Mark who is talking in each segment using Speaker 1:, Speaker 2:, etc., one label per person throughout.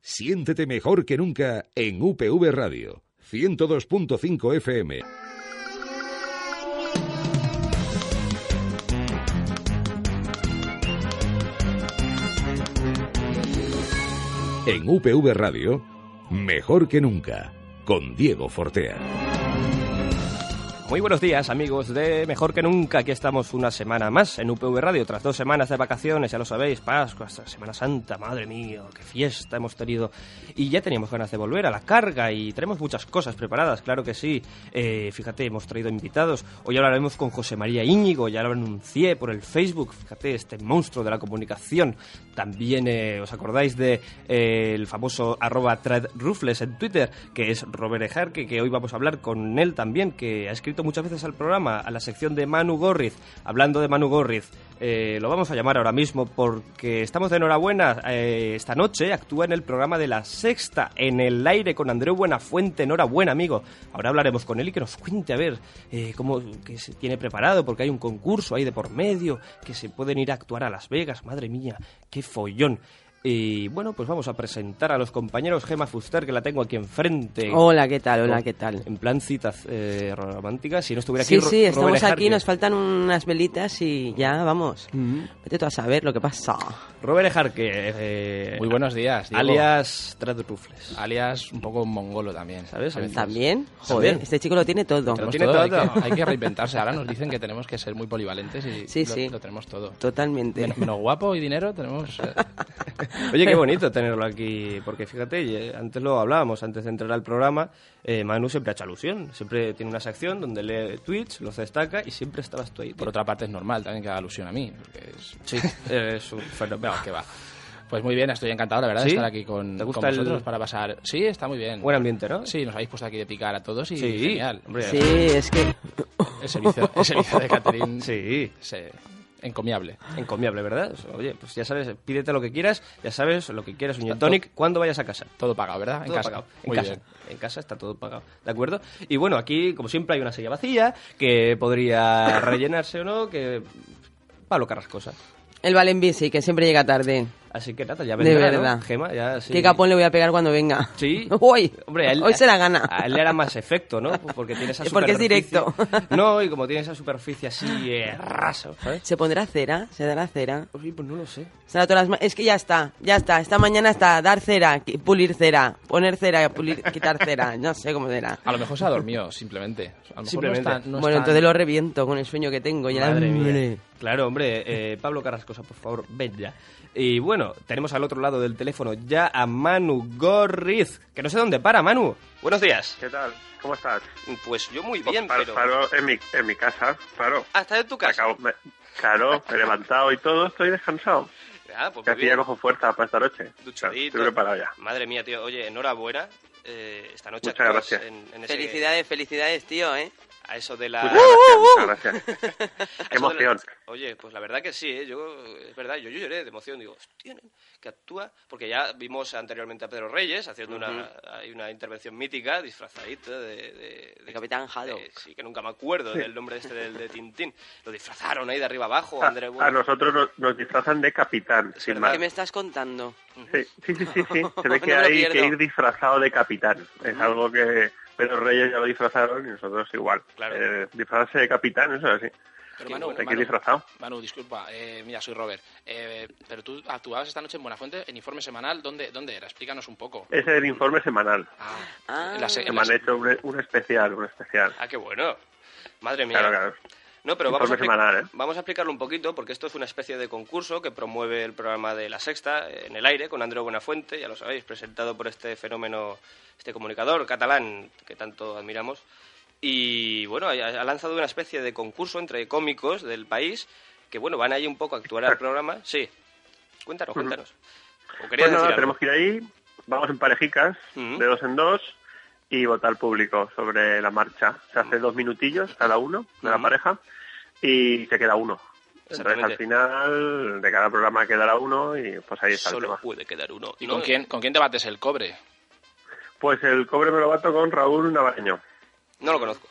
Speaker 1: Siéntete mejor que nunca en UPV Radio, 102.5 FM. En UPV Radio, mejor que nunca, con Diego Fortea.
Speaker 2: Muy buenos días amigos de Mejor que Nunca, aquí estamos una semana más en UPV Radio, tras dos semanas de vacaciones, ya lo sabéis, Pascua, Semana Santa, madre mía, qué fiesta hemos tenido. Y ya teníamos ganas de volver a la carga y tenemos muchas cosas preparadas, claro que sí. Eh, fíjate, hemos traído invitados, hoy hablaremos con José María Íñigo, ya lo anuncié por el Facebook, fíjate, este monstruo de la comunicación. También eh, os acordáis de eh, el famoso arroba Rufles en Twitter, que es Robert Ejarque, que hoy vamos a hablar con él también, que ha escrito muchas veces al programa, a la sección de Manu Gorriz, hablando de Manu Gorriz. Eh, lo vamos a llamar ahora mismo porque estamos de enhorabuena. Eh, esta noche actúa en el programa de la sexta, en el aire, con Andreu Buenafuente. Enhorabuena, amigo. Ahora hablaremos con él y que nos cuente a ver eh, cómo que se tiene preparado, porque hay un concurso ahí de por medio, que se pueden ir a actuar a Las Vegas. Madre mía, qué follón. Y bueno, pues vamos a presentar a los compañeros Gema Fuster, que la tengo aquí enfrente.
Speaker 3: Hola, ¿qué tal? Hola, ¿qué tal?
Speaker 2: En plan citas eh, románticas, si no estuviera
Speaker 3: Sí,
Speaker 2: Pues aquí. Ro-
Speaker 3: sí, estamos
Speaker 2: Robert
Speaker 3: aquí,
Speaker 2: Ejarque.
Speaker 3: nos faltan unas velitas y ya, vamos.
Speaker 2: Mm-hmm.
Speaker 3: Vete tú a saber lo que pasa.
Speaker 2: Robert Ejarque, eh,
Speaker 4: Muy buenos días, Diego.
Speaker 2: alias Tradrufles.
Speaker 4: Alias un poco mongolo también, ¿sabes? A veces.
Speaker 3: ¿También? Joder,
Speaker 2: También.
Speaker 3: este chico lo tiene todo.
Speaker 4: Tenemos
Speaker 2: tiene
Speaker 4: todo,
Speaker 2: todo.
Speaker 4: Hay, que, hay que reinventarse. Ahora nos dicen que tenemos que ser muy polivalentes y
Speaker 3: Sí,
Speaker 4: lo,
Speaker 3: sí.
Speaker 4: lo tenemos todo.
Speaker 3: Totalmente.
Speaker 4: Men- Menos guapo y dinero tenemos... eh,
Speaker 2: Oye, qué bonito tenerlo aquí, porque fíjate, y, eh, antes lo hablábamos, antes de entrar al programa, eh, Manu siempre ha hecho alusión, siempre tiene una sección donde lee tweets, los destaca y siempre estabas tú ahí.
Speaker 4: por otra parte es normal también que haga alusión a mí, porque es...
Speaker 2: Sí, es un eh, fenómeno.
Speaker 4: No, que va. Pues muy bien, estoy encantado, la verdad,
Speaker 2: ¿Sí?
Speaker 4: de estar aquí con,
Speaker 2: ¿Te
Speaker 4: con
Speaker 2: gusta el-
Speaker 4: vosotros para pasar... Sí, está muy bien.
Speaker 2: Buen ambiente, ¿no?
Speaker 4: Sí, nos habéis puesto aquí de picar a todos y
Speaker 2: Sí,
Speaker 4: genial.
Speaker 2: hombre.
Speaker 3: Sí, es que...
Speaker 4: El servicio, el servicio de Catherine...
Speaker 2: Sí.
Speaker 4: es, eh, encomiable.
Speaker 2: Encomiable, ¿verdad? Oye, pues ya sabes, pídete lo que quieras, ya sabes lo que quieras, un gin tonic, cuando vayas a casa.
Speaker 4: Todo pagado, ¿verdad?
Speaker 2: Todo
Speaker 4: en casa.
Speaker 2: pagado. En
Speaker 4: Muy
Speaker 2: casa.
Speaker 4: bien.
Speaker 2: En casa está todo pagado. ¿De acuerdo? Y bueno, aquí, como siempre, hay una silla vacía que podría rellenarse o no, que. Pablo Carrascosa.
Speaker 3: El Valenbici, que siempre llega tarde.
Speaker 2: Así que nada, ya
Speaker 3: De
Speaker 2: vendrá, ¿no?
Speaker 3: verdad.
Speaker 2: Gema, ya sí.
Speaker 3: Qué capón le voy a pegar cuando venga.
Speaker 2: Sí.
Speaker 3: Hoy.
Speaker 2: Hombre, a él-
Speaker 3: Hoy se la gana.
Speaker 2: A él le hará más efecto, ¿no? Porque tiene esa
Speaker 3: Porque es
Speaker 2: superficie-
Speaker 3: directo.
Speaker 2: No, y como tiene esa superficie así eh, rasa, ¿sabes?
Speaker 3: ¿Se pondrá cera? ¿Se dará cera?
Speaker 2: Uy, pues no lo sé.
Speaker 3: Estará todas las ma- Es que ya está, ya está. Esta mañana está dar cera, qui- pulir cera, poner cera, pulir, quitar cera. No sé cómo será.
Speaker 4: A lo mejor se ha dormido, simplemente. A lo mejor
Speaker 2: Simplemente.
Speaker 4: No está, no
Speaker 3: bueno,
Speaker 4: está-
Speaker 3: entonces lo reviento con el sueño que tengo. Y el
Speaker 2: Madre mía.
Speaker 3: hambre.
Speaker 2: Claro, hombre, eh, Pablo Carrascosa, por favor, ven ya. Y bueno, tenemos al otro lado del teléfono ya a Manu Gorriz, que no sé dónde para, Manu. Buenos días.
Speaker 5: ¿Qué tal? ¿Cómo estás? Oh,
Speaker 2: Pues yo muy
Speaker 5: Paro, paro en, mi, en mi casa, paro.
Speaker 2: Hasta en tu
Speaker 5: Acabo- me- claro, me he levantado y todo, estoy descansado.
Speaker 2: Ah, pues
Speaker 5: Que
Speaker 2: muy
Speaker 5: así
Speaker 2: bien.
Speaker 5: ya cojo fuerza para esta noche. O sea,
Speaker 2: Duchadito.
Speaker 5: Estoy preparado ya.
Speaker 2: Madre mía, tío. Oye, enhorabuena. Eh, esta noche
Speaker 5: Muchas
Speaker 2: actúas
Speaker 5: gracias.
Speaker 2: En, en ese-
Speaker 3: Felicidades, felicidades, tío, ¿eh?
Speaker 2: A eso de la...
Speaker 5: Muchas gracias, muchas gracias. Qué
Speaker 2: a eso de la-
Speaker 5: emoción.
Speaker 2: Oye, pues la verdad que sí, ¿eh? yo, es verdad, yo, yo lloré de emoción, digo, hostia, ¿no? que actúa, porque ya vimos anteriormente a Pedro Reyes haciendo una, hay una intervención mítica, disfrazadita de... De, de-
Speaker 3: Capitán Haddock.
Speaker 2: eh, sí, que nunca me acuerdo del nombre este del de Tintín. Lo disfrazaron ahí de arriba abajo,
Speaker 5: A,
Speaker 2: André
Speaker 5: a
Speaker 2: Bueno.
Speaker 5: nosotros nos, nos disfrazan de capitán,
Speaker 2: Es
Speaker 5: sin
Speaker 2: verdad.
Speaker 5: más.
Speaker 3: ¿Qué me estás contando?
Speaker 5: Sí, sí, sí, sí, sí. Se ve que
Speaker 3: No lo
Speaker 5: hay
Speaker 3: pierdo.
Speaker 5: que ir disfrazado de capitán. Es algo que Pedro Reyes ya lo disfrazaron y nosotros igual.
Speaker 2: Claro.
Speaker 5: Eh, disfrazarse de capitán, eso es así.
Speaker 4: Pero Manu,
Speaker 5: Hay que ir
Speaker 4: Manu,
Speaker 5: disfrazado.
Speaker 4: Manu, disculpa, eh, mira, soy Robert. Eh, pero tú actuabas esta noche en Buenafuente en informe semanal. ¿Dónde, dónde era? Explícanos un poco.
Speaker 2: Eh,
Speaker 5: Ese es el informe semanal.
Speaker 4: Ah,
Speaker 3: Ah.
Speaker 4: en la se-
Speaker 5: Que
Speaker 4: en
Speaker 5: me
Speaker 4: la
Speaker 5: han
Speaker 4: se-
Speaker 5: hecho un, un especial, un especial.
Speaker 2: Ah, qué bueno. Madre mía.
Speaker 5: Claro, claro.
Speaker 2: No, pero vamos a,
Speaker 5: Informe
Speaker 2: expli-
Speaker 5: semanal, ¿eh?
Speaker 2: vamos a explicarlo un poquito, porque esto es una especie de concurso que promueve el programa de La Sexta eh, en el aire con Andreu Buenafuente, ya lo sabéis, presentado por este fenómeno, este comunicador catalán que tanto admiramos. Y bueno, ha- ha lanzado una especie de concurso entre cómicos del país que, bueno, van ahí un poco a actuar al programa. Sí, cuéntanos, cuéntanos. ¿O querías
Speaker 5: Pues nada,
Speaker 2: decir algo?
Speaker 5: tenemos que ir ahí, vamos en parejicas,
Speaker 2: Mm.
Speaker 5: de dos en dos, y votar público sobre la marcha. Se hace dos minutillos cada uno de la
Speaker 2: Mm.
Speaker 5: pareja y se queda uno. Entonces
Speaker 2: Exactamente.
Speaker 5: al final de cada programa quedará uno y pues ahí está el
Speaker 2: Solo
Speaker 5: tema.
Speaker 2: puede quedar uno.
Speaker 4: ¿Y
Speaker 2: ¿no?
Speaker 4: con quién, con quién te bates el cobre?
Speaker 5: Pues el cobre me lo bato con Raúl Navareño.
Speaker 2: No lo conozco.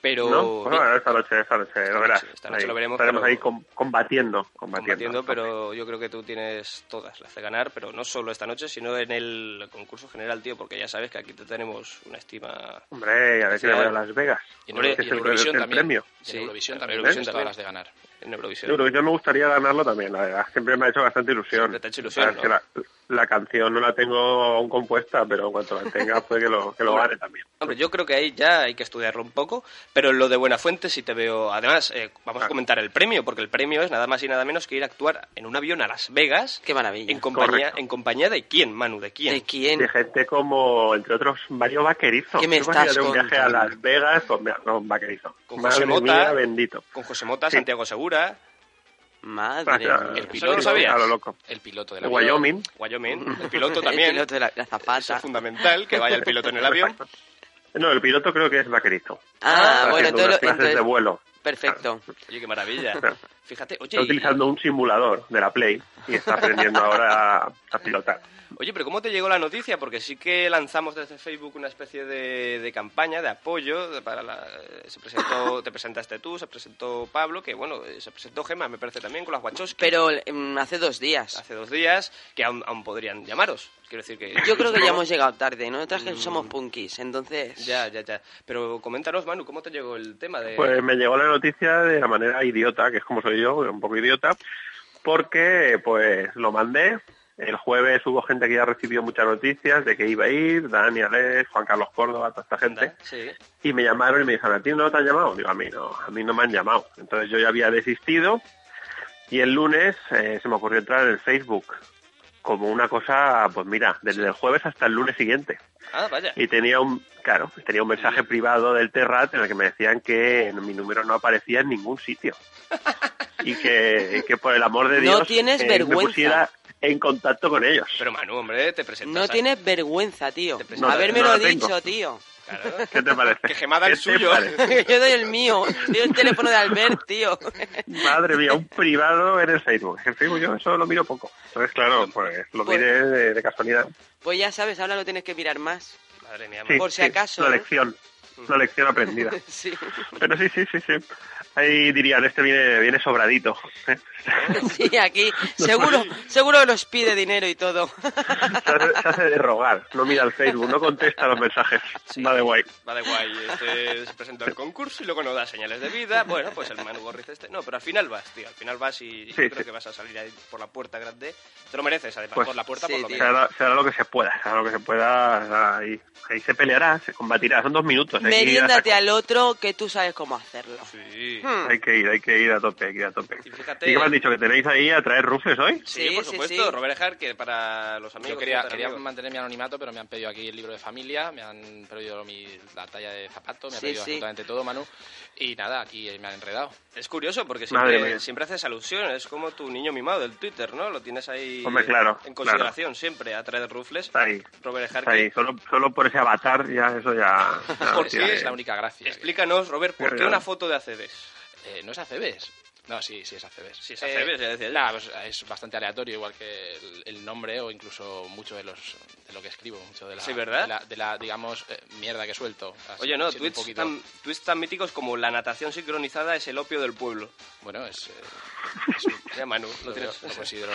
Speaker 2: Pero.
Speaker 5: ¿No? Pues bueno, esta noche, esta noche, lo verás.
Speaker 2: esta noche
Speaker 5: Ahí.
Speaker 2: lo veremos,
Speaker 5: Estaremos
Speaker 2: pero-
Speaker 5: ahí com- combatiendo, combatiendo.
Speaker 2: combatiendo, pero yo creo que tú tienes todas las de ganar, pero no solo esta noche, sino en el concurso general, tío, porque ya sabes que aquí te tenemos una estima.
Speaker 5: Hombre, a ver si le voy a Las Vegas.
Speaker 4: Y en,
Speaker 5: Hombre,
Speaker 4: Euro-
Speaker 5: que
Speaker 4: y
Speaker 5: es
Speaker 4: en
Speaker 5: el,
Speaker 4: Eurovisión
Speaker 5: el
Speaker 4: también.
Speaker 5: premio.
Speaker 4: Y en
Speaker 2: Sí,
Speaker 4: Eurovisión
Speaker 2: en
Speaker 4: también,
Speaker 2: Eurovisión
Speaker 4: tienes todas
Speaker 2: también.
Speaker 4: las de ganar.
Speaker 2: En Eurovisión.
Speaker 5: Yo creo que yo me gustaría ganarlo también, la verdad. Siempre me ha hecho bastante ilusión.
Speaker 2: Siempre te ha hecho ilusión,
Speaker 5: Claro, es que la, la canción no la tengo aún compuesta, pero en cuanto la tenga, puede que lo, que lo gane también.
Speaker 2: Hombre, yo creo que ahí ya hay que estudiarlo un poco, pero en lo de Buenafuente sí te veo. Además, eh, vamos a
Speaker 5: Claro.
Speaker 2: comentar el premio, porque el premio es nada más y nada menos que ir a actuar en un avión a Las Vegas.
Speaker 3: Qué maravilla.
Speaker 2: En compañía,
Speaker 5: Correcto.
Speaker 2: en compañía de quién, Manu, de quién.
Speaker 3: ¿De quién?
Speaker 5: De gente como, entre otros, Mario Vaquerizo.
Speaker 3: ¿Qué me
Speaker 5: Yo imagínate
Speaker 3: estás
Speaker 5: un viaje a
Speaker 3: contando?
Speaker 5: Las Vegas pues con, con Vaquerizo.
Speaker 2: Con José
Speaker 5: Madre
Speaker 2: Mota.
Speaker 5: mía, bendito.
Speaker 2: Con José Mota,
Speaker 5: Sí.
Speaker 2: Santiago Segura,
Speaker 3: Madre
Speaker 5: Ah,
Speaker 3: mía.
Speaker 5: claro.
Speaker 4: El piloto,
Speaker 2: lo
Speaker 5: Sí,
Speaker 2: sabías?
Speaker 5: A lo loco.
Speaker 4: El piloto del
Speaker 5: De
Speaker 4: avión.
Speaker 5: Wyoming.
Speaker 2: Wyoming, el piloto también.
Speaker 3: El piloto de la, la
Speaker 2: Eso
Speaker 3: zapata.
Speaker 2: es fundamental que vaya el piloto en el avión.
Speaker 5: Exacto. No, el piloto creo que es Vaquerizo.
Speaker 3: Ah,
Speaker 5: Está
Speaker 3: bueno,
Speaker 5: haciendo unas
Speaker 3: entonces,
Speaker 5: clases
Speaker 3: entonces-
Speaker 5: de vuelo.
Speaker 3: Perfecto.
Speaker 5: Ah.
Speaker 2: Oye, qué maravilla. Fíjate, oye,
Speaker 5: Está
Speaker 2: y-
Speaker 5: utilizando un simulador de la Play y está aprendiendo ahora a, a pilotar.
Speaker 2: oye, pero ¿cómo te llegó la noticia? Porque sí que lanzamos desde Facebook una especie de, de campaña de apoyo de- para la, se presentó, te presentaste tú, se presentó Pablo, que bueno, eh, se presentó Gema, me parece también con las Wachowski
Speaker 3: Pero em, hace dos días.
Speaker 2: hace dos días, que aún, aún podrían llamaros. Quiero decir que
Speaker 3: Yo creo que ya hemos llegado tarde. Nosotras que somos punkis, entonces...
Speaker 2: ya, ya, ya. Pero coméntanos, Manu, ¿cómo te llegó el tema de
Speaker 5: Pues me llegó la noticia de la manera idiota, que es como soy yo, un poco idiota, porque pues lo mandé. El jueves hubo gente que ya recibió muchas noticias de que iba a ir, Dani, Alex, Juan Carlos Córdoba, toda esta gente.
Speaker 2: Anda, Sí.
Speaker 5: Y me llamaron y me dijeron, ¿a ti no te han llamado? Digo, a mí no, a mí no me han llamado. Entonces yo ya había desistido y el lunes eh, se me ocurrió entrar en el Facebook como una cosa, pues mira, desde el jueves hasta el lunes siguiente.
Speaker 2: Ah, vaya.
Speaker 5: Y tenía un, claro, tenía un mensaje privado del Terrat en el que me decían que mi número no aparecía en ningún sitio. Y que, que por el amor de
Speaker 3: No
Speaker 5: Dios
Speaker 3: tienes
Speaker 5: eh, me
Speaker 3: vergüenza.
Speaker 5: pusiera en contacto con ellos.
Speaker 2: Pero Manu, hombre, te presentas.
Speaker 3: No
Speaker 2: a-
Speaker 3: tienes vergüenza, tío.
Speaker 2: Te presentas-
Speaker 3: Habérmelo
Speaker 5: No la tengo.
Speaker 3: dicho, tío.
Speaker 2: Claro.
Speaker 5: ¿Qué te parece?
Speaker 2: Que Gemada
Speaker 5: ¿Qué
Speaker 2: el
Speaker 5: te
Speaker 2: suyo.
Speaker 5: parece?
Speaker 3: Yo doy el mío. Doy el teléfono de Albert, tío.
Speaker 5: Madre mía, un privado en el Facebook. En Facebook yo eso lo miro poco. Entonces, claro, pues lo
Speaker 3: Pues-
Speaker 5: miré de, de casualidad.
Speaker 3: Pues ya sabes, ahora lo tienes que mirar más.
Speaker 2: Madre mía,
Speaker 5: Sí,
Speaker 2: Manu.
Speaker 3: Por si
Speaker 5: sí,
Speaker 3: acaso,
Speaker 5: Una
Speaker 3: ¿eh?
Speaker 5: lección, una lección aprendida.
Speaker 3: Sí.
Speaker 5: Pero sí, sí, sí, sí. Ahí dirían, este viene, viene sobradito. ¿eh?
Speaker 3: Sí, aquí seguro, seguro los pide dinero y todo.
Speaker 5: Se hace, se hace de rogar, no mira el Facebook, no contesta los mensajes.
Speaker 2: Sí.
Speaker 5: Nada de guay.
Speaker 2: Va de guay, este se presentó al concurso y luego no da señales de vida. Bueno, pues el Manu Gorriz este. No, pero al final vas, tío. Al final vas y yo
Speaker 5: Sí,
Speaker 2: creo
Speaker 5: sí.
Speaker 2: que vas a salir ahí por la puerta grande. Te lo mereces, además,
Speaker 5: Pues
Speaker 2: por la puerta
Speaker 3: sí,
Speaker 2: por lo
Speaker 3: tío.
Speaker 5: Se
Speaker 2: menos.
Speaker 5: hará, se hará lo que se pueda, se hará lo que se pueda. Ahí, ahí se peleará, se combatirá. Son dos minutos. Hay que, ir a
Speaker 3: Meriéndate
Speaker 5: saco.
Speaker 3: al otro que tú sabes cómo hacerlo.
Speaker 2: Sí.
Speaker 5: Hmm. hay que ir, hay que ir a tope, hay que ir a tope.
Speaker 2: Y
Speaker 5: ¿Y,
Speaker 2: fíjate-
Speaker 5: qué me han dicho? ¿Que tenéis ahí a traer rufles hoy?
Speaker 2: Sí,
Speaker 3: Sí,
Speaker 2: por
Speaker 3: sí,
Speaker 2: supuesto,
Speaker 3: sí.
Speaker 2: Robert Ejar, que para los amigos.
Speaker 4: Yo quería,
Speaker 2: super
Speaker 4: quería
Speaker 2: amigos.
Speaker 4: mantener mi anonimato, pero me han pedido aquí el libro de familia, me han pedido mi, la talla de zapato, me han
Speaker 3: Sí,
Speaker 4: pedido
Speaker 3: sí.
Speaker 4: absolutamente todo, Manu. Y nada, aquí me han enredado.
Speaker 2: Es curioso porque
Speaker 5: Madre
Speaker 2: siempre,
Speaker 5: mía.
Speaker 2: siempre haces alusión, es como tu niño mimado del Twitter, ¿no? Lo tienes ahí
Speaker 5: Hombre, claro,
Speaker 2: en
Speaker 5: claro.
Speaker 2: consideración siempre, a traer rufles.
Speaker 5: Está ahí.
Speaker 2: Robert Ejar,
Speaker 5: Está ahí, solo, eh. solo por ese avatar ya eso ya... ya
Speaker 2: ¿Por
Speaker 5: tira
Speaker 2: qué?
Speaker 4: Es
Speaker 5: de-
Speaker 4: la única gracia. que-
Speaker 2: explícanos, Robert, ¿por qué
Speaker 5: Claro.
Speaker 2: una foto de ACDs?
Speaker 4: Eh, no es ACBs. No, sí, sí es ACBs.
Speaker 2: Sí, es ACBs, ya decía yo.
Speaker 4: nada, pues, es bastante aleatorio, igual que el, el nombre o incluso mucho de los de lo que escribo, mucho de la,
Speaker 2: Sí, ¿verdad?
Speaker 4: de la, de la, digamos, eh, mierda que suelto. Así,
Speaker 2: Oye, no,
Speaker 4: siendo un
Speaker 2: tweets,
Speaker 4: poquito-
Speaker 2: tan, tweets tan míticos como la natación sincronizada es el opio del pueblo.
Speaker 4: Bueno, es, eh,
Speaker 2: Mira, Manu, lo
Speaker 4: lo, veo-
Speaker 2: tienes.
Speaker 4: lo considero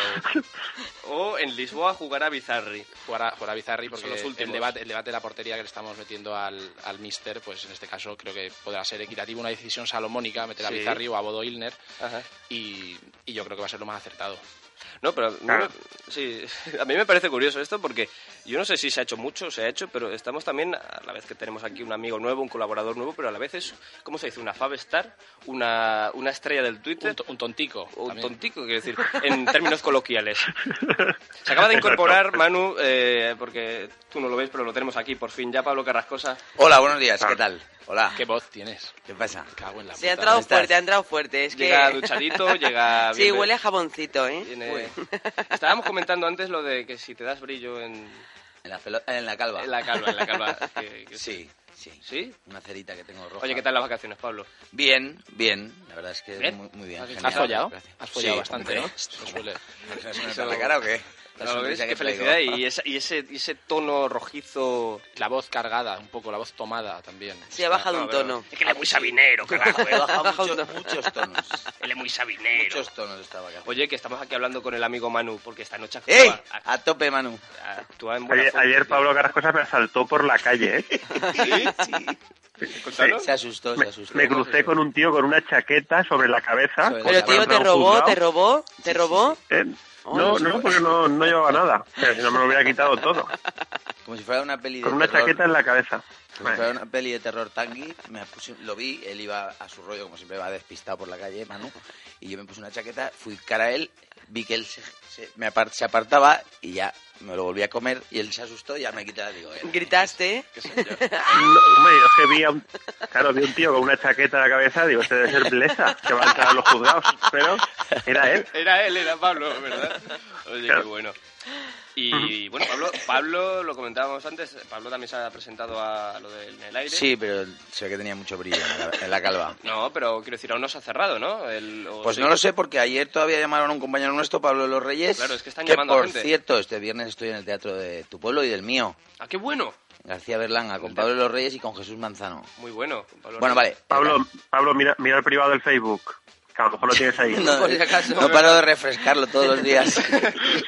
Speaker 2: O en Lisboa jugará Bizarri.
Speaker 4: jugar a, jugar a Bizarri porque
Speaker 2: Son los últimos.
Speaker 4: el debate, el debate de la portería que le estamos metiendo al, al mister, pues en este caso creo que podrá ser equitativo una decisión salomónica, meter a
Speaker 2: Sí.
Speaker 4: Bizarri o a Bodo Ilner,
Speaker 2: Ajá.
Speaker 4: y, y yo creo que va a ser lo más acertado.
Speaker 2: No, pero a mí,
Speaker 5: Claro.
Speaker 2: me, sí, a mí me parece curioso esto porque yo no sé si se ha hecho mucho, se ha hecho, pero estamos también, a la vez que tenemos aquí un amigo nuevo, un colaborador nuevo, pero a la vez es, ¿cómo se dice? Una Fabstar, una, una estrella del Twitter.
Speaker 4: Un, to- un tontico.
Speaker 2: o un
Speaker 4: también.
Speaker 2: tontico, quiero decir, en términos coloquiales. Se acaba de incorporar, Manu, eh, porque tú no lo ves, pero lo tenemos aquí por fin, ya Pablo Carrascosa.
Speaker 6: Hola, buenos días, ¿qué tal? Hola,
Speaker 4: ¿Qué voz tienes?
Speaker 6: ¿qué pasa?
Speaker 4: Me Cago en la
Speaker 3: Se ha
Speaker 4: puta.
Speaker 3: entrado
Speaker 6: ¿dónde estás?
Speaker 3: fuerte, ha entrado fuerte. Es
Speaker 2: Llega
Speaker 3: que...
Speaker 2: duchadito, llega
Speaker 3: Sí,
Speaker 2: bien-
Speaker 3: huele a jaboncito, ¿eh?
Speaker 2: tiene-
Speaker 3: Uy.
Speaker 2: Estábamos comentando antes lo de que si te das brillo en,
Speaker 6: En la, pelo- en la calva.
Speaker 4: En la calva, en la calva. que- que-
Speaker 6: Sí, sí.
Speaker 4: ¿Sí?
Speaker 6: Una cerita que tengo roja.
Speaker 4: Oye, ¿qué tal las vacaciones, Pablo?
Speaker 6: Bien, bien. La verdad es que
Speaker 4: ¿Bien?
Speaker 6: muy, muy bien.
Speaker 4: ¿Has-
Speaker 6: genial.
Speaker 4: ¿Has follado?
Speaker 6: Gracias.
Speaker 4: Has follado
Speaker 6: Sí,
Speaker 4: bastante,
Speaker 6: hombre.
Speaker 4: ¿no? Se suele-
Speaker 6: ¿No se me nota
Speaker 4: Eso-
Speaker 6: en la cara o qué? La
Speaker 4: ¿No lo ves?
Speaker 6: sonrisa
Speaker 4: Qué
Speaker 6: que traigo.
Speaker 4: felicidad
Speaker 2: Y, esa- y ese, y ese tono rojizo.
Speaker 4: La voz cargada, un poco, la voz tomada también.
Speaker 3: Sí, ha bajado un tono.
Speaker 2: Ah, Es que era muy sabinero, carajo.
Speaker 6: He bajado
Speaker 3: Baja un
Speaker 6: muchos,
Speaker 3: tono.
Speaker 6: muchos tonos.
Speaker 2: Él es muy sabinero.
Speaker 6: Muchos tonos esta vacación.
Speaker 2: Oye, que estamos aquí hablando con el amigo Manu, porque esta noche actúa,
Speaker 6: ¡Ey!
Speaker 2: a-
Speaker 6: A tope, Manu.
Speaker 2: actúa en
Speaker 5: Ayer,
Speaker 2: Buenafuente,
Speaker 5: ayer
Speaker 2: tío.
Speaker 5: Pablo Carrascosa me asaltó por la calle, ¿eh?
Speaker 2: Cuéntalo.
Speaker 6: Se asustó, se asustó.
Speaker 5: Me crucé con un tío con una chaqueta sobre la cabeza.
Speaker 6: Sobre la
Speaker 5: como
Speaker 3: Pero
Speaker 5: si fuera
Speaker 3: tío, ¿te
Speaker 5: un
Speaker 3: robó?
Speaker 5: juzgado.
Speaker 3: ¿Te robó? ¿Te robó?
Speaker 5: Eh, No, no, porque no, no llevaba nada. Pero si no me lo hubiera quitado todo.
Speaker 6: Como si fuera una peli de
Speaker 5: Con una
Speaker 6: terror.
Speaker 5: chaqueta en la cabeza.
Speaker 6: Como si fuera una peli de terror tangi, me puse- lo vi, él iba a su rollo, como siempre va despistado por la calle, Manu, y yo me puse una chaqueta, fui cara a él, vi que él se, se- me apar- se apartaba y ya me lo volví a comer y él se asustó y ya me quitaba, digo, eh,
Speaker 3: ¿Gritaste?
Speaker 6: ¿qué soy yo?
Speaker 5: No, hombre, yo es que vi a un, claro, vi a un tío con una chaqueta en la cabeza, digo, este debe ser Blesa, que va a entrar a los juzgados, pero era él.
Speaker 2: Era él, era Pablo, ¿verdad? Oye, qué
Speaker 5: Claro.
Speaker 2: bueno. Y bueno, Pablo, Pablo, lo comentábamos antes, Pablo también se ha presentado a lo del en el aire.
Speaker 6: Sí, pero se ve que tenía mucho brillo en la- en la calva.
Speaker 2: No, pero quiero decir, aún no se ha cerrado, ¿no? El- o
Speaker 6: Pues
Speaker 2: sí.
Speaker 6: no lo sé, porque ayer todavía llamaron a un compañero nuestro, Pablo Los Reyes.
Speaker 2: Claro, es que están llamando a
Speaker 6: por
Speaker 2: gente.
Speaker 6: cierto, este viernes estoy en el teatro de tu pueblo y del mío,
Speaker 2: Ah, qué bueno.
Speaker 6: García Berlanga, con Pablo Los Reyes y con Jesús Manzano.
Speaker 2: Muy bueno. con Pablo
Speaker 6: Bueno, vale.
Speaker 5: Pablo, Pablo mira, mira el privado del Facebook, que a lo mejor lo tienes ahí.
Speaker 6: No,
Speaker 3: Por si acaso.
Speaker 6: no paro de refrescarlo todos los días.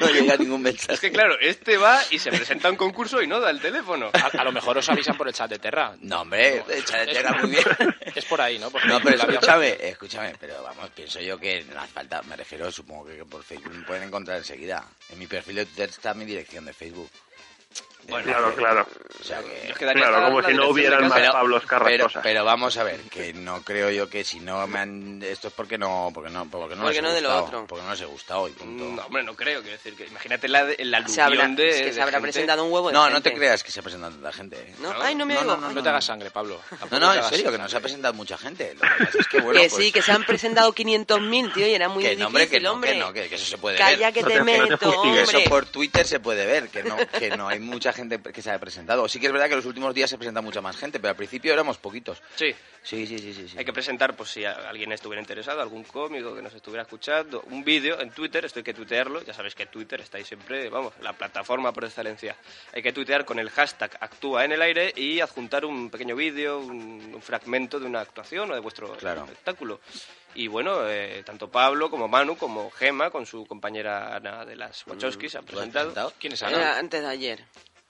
Speaker 6: No llega ningún mensaje.
Speaker 2: Es que claro, este va y se presenta a un concurso y no da el teléfono.
Speaker 4: A, a lo mejor os avisan por el chat de Terra.
Speaker 6: No, hombre,
Speaker 4: No.
Speaker 6: échale tierra muy bien.
Speaker 4: Es por ahí, ¿no? Porque
Speaker 6: No, pero
Speaker 4: la había-
Speaker 6: escúchame, escúchame, pero vamos, pienso yo que no hace falta, me refiero, supongo que por Facebook me pueden encontrar enseguida. En mi perfil de Twitter está mi dirección de Facebook.
Speaker 2: Bueno,
Speaker 5: Claro, claro.
Speaker 6: O sea que...
Speaker 2: yo os quedaría
Speaker 5: Claro,
Speaker 2: cada
Speaker 5: como
Speaker 2: una
Speaker 5: si no
Speaker 2: dirección de
Speaker 5: hubieran
Speaker 2: casa.
Speaker 5: más Pablos
Speaker 6: Pero,
Speaker 5: Carrascosa.
Speaker 6: pero vamos a ver, que no creo yo que si no me han... Esto es porque no... Porque no, porque no, les
Speaker 3: Porque
Speaker 6: he
Speaker 3: no de lo
Speaker 6: gustado,
Speaker 3: otro.
Speaker 6: Porque no les he gustado y punto.
Speaker 2: No, Mm, hombre, no creo. Quiero decir, que imagínate la, de- la
Speaker 3: Se habrá,
Speaker 2: aluvión de-
Speaker 3: es que
Speaker 2: de
Speaker 3: se habrá
Speaker 2: gente.
Speaker 3: presentado un huevo de
Speaker 6: No, no te
Speaker 3: gente.
Speaker 6: creas que se ha presentado tanta gente. ¿eh?
Speaker 3: ¿No? Ay, no me
Speaker 6: No,
Speaker 3: oigo.
Speaker 6: no, no,
Speaker 4: No te hagas sangre, Pablo.
Speaker 6: No,
Speaker 4: Tampoco
Speaker 6: no,
Speaker 4: te
Speaker 6: en
Speaker 4: hagas
Speaker 6: serio, que
Speaker 4: sangre.
Speaker 6: nos ha presentado mucha gente. Lo que pasa es que, bueno,
Speaker 3: que
Speaker 6: pues-
Speaker 3: sí, que se han presentado 500.000, tío, y era muy
Speaker 6: que
Speaker 3: difícil,
Speaker 6: no, hombre, que no,
Speaker 3: hombre.
Speaker 6: que no, que, que eso se puede
Speaker 3: Calla
Speaker 6: ver.
Speaker 3: que
Speaker 5: No
Speaker 3: te
Speaker 5: te- no te
Speaker 3: meto,
Speaker 5: fustigues,
Speaker 6: Eso
Speaker 3: hombre.
Speaker 6: por Twitter se puede ver, que no, que no hay mucha gente que se haya presentado. Sí que es verdad que en los últimos días se presenta mucha más gente, pero al principio éramos poquitos.
Speaker 2: Sí.
Speaker 6: Sí, sí, sí, sí. sí.
Speaker 2: Hay que presentar, pues si a- alguien estuviera interesado, algún cómico que nos estuviera escuchando, un vídeo en Twitter, esto hay que tuitearlo, ya sabéis que Twitter está ahí siempre, vamos, la plataforma por excelencia. Hay que tuitear con el hashtag actúa en el aire y adjuntar un pequeño vídeo, un, un fragmento de una actuación o de vuestro
Speaker 6: Claro.
Speaker 2: espectáculo. Y bueno, eh, tanto Pablo como Manu, como Gema, con su compañera Ana de las Wachowski, se han
Speaker 6: ¿Tú Mm, lo has
Speaker 2: presentado.
Speaker 6: presentado?
Speaker 4: ¿Quién es Ana?
Speaker 3: Era antes de ayer.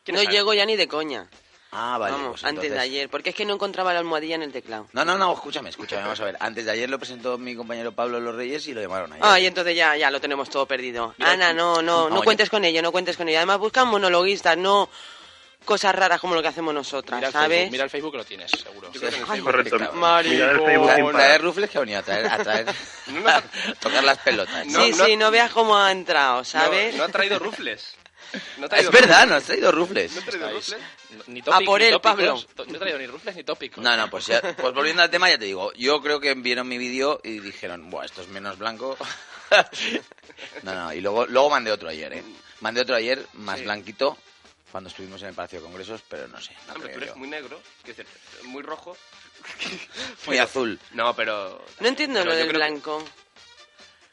Speaker 2: ¿Quién
Speaker 3: No
Speaker 2: es Ana?
Speaker 3: llego ya ni de coña.
Speaker 6: Ah, vale.
Speaker 3: Vamos,
Speaker 6: pues
Speaker 3: antes de
Speaker 6: entonces-
Speaker 3: ayer, porque es que no encontraba la almohadilla en el teclado.
Speaker 6: No, no, no, escúchame, escúchame, vamos a ver. Antes de ayer lo presentó mi compañero Pablo Los Reyes y lo llamaron ayer.
Speaker 3: Ay, entonces ya, ya lo tenemos todo perdido.
Speaker 2: Mira,
Speaker 3: Ana, no, no, no
Speaker 6: oye.
Speaker 3: cuentes con ello, no cuentes con ello. Además, buscan monologuistas, no cosas raras como lo que hacemos nosotras,
Speaker 4: Mira el,
Speaker 3: ¿sabes?
Speaker 4: Facebook, mira el Facebook que lo tienes, seguro.
Speaker 6: Sí, ay,
Speaker 5: Correcto.
Speaker 6: qué cabrón.
Speaker 3: Maricón.
Speaker 5: Mira el Facebook
Speaker 6: Traer,
Speaker 5: sin
Speaker 6: traer
Speaker 5: parar.
Speaker 6: rufles que ha venido a traer, a traer,
Speaker 2: No, no.
Speaker 6: tocar las pelotas.
Speaker 2: No,
Speaker 3: sí,
Speaker 2: no-
Speaker 3: sí, no veas cómo ha entrado,
Speaker 2: No,
Speaker 3: ¿sabes?
Speaker 2: No, ha traído rufles. No ha traído
Speaker 6: Es verdad,
Speaker 2: rufles.
Speaker 6: no has traído rufles.
Speaker 2: No ha traído
Speaker 4: Estáis-
Speaker 2: rufles.
Speaker 4: Ni tópic-
Speaker 3: A Ah, por
Speaker 4: ni
Speaker 3: él,
Speaker 4: tópicos.
Speaker 3: Pablo.
Speaker 2: ¿eh?
Speaker 4: To- No he traído ni rufles ni tópicos.
Speaker 6: No, no, pues, ya- pues volviendo al tema, ya te digo, yo creo que vieron mi vídeo y dijeron, Buah, esto es menos blanco. no, no, y luego, luego mandé otro ayer, ¿eh? Mandé otro ayer más blanquito cuando estuvimos en el Palacio de Congresos, pero no sé. No
Speaker 2: Hombre,
Speaker 6: creo
Speaker 2: tú eres
Speaker 6: yo.
Speaker 2: muy negro, quiero decir, muy rojo.
Speaker 6: Muy azul.
Speaker 2: No, pero.
Speaker 3: No entiendo
Speaker 2: pero
Speaker 3: lo
Speaker 2: yo
Speaker 3: del
Speaker 2: creo que-
Speaker 3: blanco.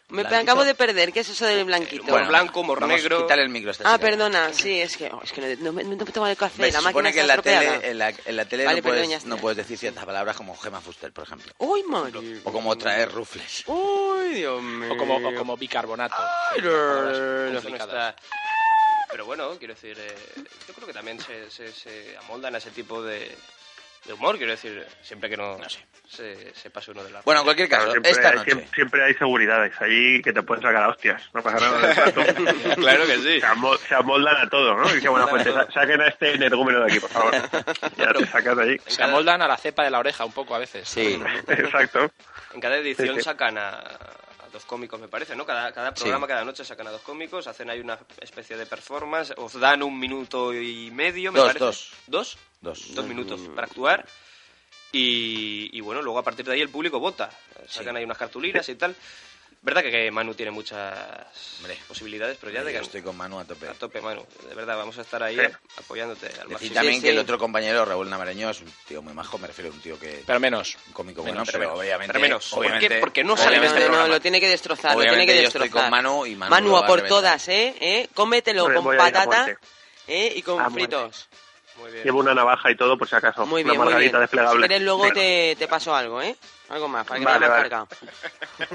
Speaker 3: Me
Speaker 6: ¿Blanquito?
Speaker 3: acabo de perder, ¿qué es eso del blanquito?
Speaker 2: Eh, Bueno, blanco, humor
Speaker 6: vamos,
Speaker 2: negro.
Speaker 6: Quítale el micro. a esta
Speaker 3: ah,
Speaker 6: chica.
Speaker 3: perdona, sí, es que, oh, es que no, no, me- no me tomo el café,
Speaker 6: Ves,
Speaker 3: la
Speaker 6: se
Speaker 3: máquina
Speaker 6: supone que en
Speaker 3: está
Speaker 6: la, tele,
Speaker 3: estropeada.
Speaker 6: en la, en la tele
Speaker 3: Vale,
Speaker 6: no,
Speaker 3: perdón, ya
Speaker 6: puedes,
Speaker 3: está.
Speaker 6: no puedes decir ciertas palabras como Gema Fuster, por ejemplo.
Speaker 3: Uy, Mari.
Speaker 6: O como traer rufles.
Speaker 3: Uy, Dios mío.
Speaker 4: O como, o como bicarbonato.
Speaker 2: Eso no
Speaker 4: Palabras complicadas.
Speaker 2: está- Pero bueno, quiero decir, eh, yo creo que también se, se, se amoldan a ese tipo de, de humor, quiero decir, siempre que no,
Speaker 6: No sé.
Speaker 2: se, se pase uno de la.
Speaker 6: Bueno, en cualquier
Speaker 5: Claro,
Speaker 6: caso,
Speaker 5: siempre,
Speaker 6: esta
Speaker 5: hay,
Speaker 6: noche.
Speaker 5: siempre, siempre hay seguridades ahí que te pueden sacar a hostias. No pasa nada. tanto.
Speaker 2: claro que sí.
Speaker 5: Se, amo- se amoldan a todo, ¿no? Y dice, bueno, pues sa- saquen a este energúmeno de aquí, por favor. Ya te sacas de allí.
Speaker 4: Se amoldan a la cepa de la oreja un poco a veces.
Speaker 6: Sí.
Speaker 5: Exacto.
Speaker 2: En cada edición
Speaker 5: Sí, sí.
Speaker 2: sacan a, a dos cómicos, me parece, ¿no? Cada, cada programa, cada noche sacan a dos cómicos, hacen ahí una especie de performance, os dan un minuto y medio, me
Speaker 6: Dos,
Speaker 2: parece.
Speaker 6: dos.
Speaker 2: ¿Dos?
Speaker 6: Dos. Mm.
Speaker 2: Dos minutos para actuar. Y, y bueno, luego a partir de ahí el público vota. Sacan
Speaker 6: Sí.
Speaker 2: ahí unas cartulinas y tal. Verdad que- que Manu tiene muchas
Speaker 6: Hombre.
Speaker 2: posibilidades, pero ya
Speaker 6: Ya
Speaker 2: de que
Speaker 6: estoy con Manu a tope.
Speaker 2: a tope, Manu. De verdad, vamos a estar ahí
Speaker 5: Sí.
Speaker 2: ap- apoyándote al
Speaker 6: Decir
Speaker 2: máximo.
Speaker 6: también
Speaker 3: sí,
Speaker 6: que el
Speaker 3: sí.
Speaker 6: otro compañero, Raúl Namareño, es un tío muy majo, me refiero a un tío que...
Speaker 4: Pero menos.
Speaker 6: un cómico
Speaker 4: menos,
Speaker 6: bueno, pero,
Speaker 4: pero-
Speaker 6: obviamente...
Speaker 2: pero menos. ¿Por qué?
Speaker 6: obviamente
Speaker 4: Porque no sale
Speaker 3: No,
Speaker 4: en este
Speaker 3: no, no,
Speaker 4: programa.
Speaker 3: lo tiene que destrozar, lo tiene
Speaker 6: Obviamente
Speaker 3: que
Speaker 6: yo estoy
Speaker 3: destrozar.
Speaker 6: con Manu y Manu lo va
Speaker 3: a
Speaker 6: a
Speaker 3: por
Speaker 6: reventar.
Speaker 3: todas, ¿eh? ¿Eh? Cómetelo
Speaker 5: Hombre, voy
Speaker 3: con
Speaker 5: a ir a
Speaker 3: patata
Speaker 5: muerte.
Speaker 3: ¿eh? y
Speaker 5: A
Speaker 3: con
Speaker 5: muerte.
Speaker 3: fritos.
Speaker 2: Muy bien.
Speaker 5: Llevo una navaja y todo, por si acaso.
Speaker 3: Muy
Speaker 5: una
Speaker 3: bien, muy bien.
Speaker 5: margarita desplegable.
Speaker 3: Si quieres luego
Speaker 5: Sí.
Speaker 3: te, te paso algo, ¿eh? Algo más, para que
Speaker 5: Vale,
Speaker 3: vayas más
Speaker 5: vale.
Speaker 3: cargado.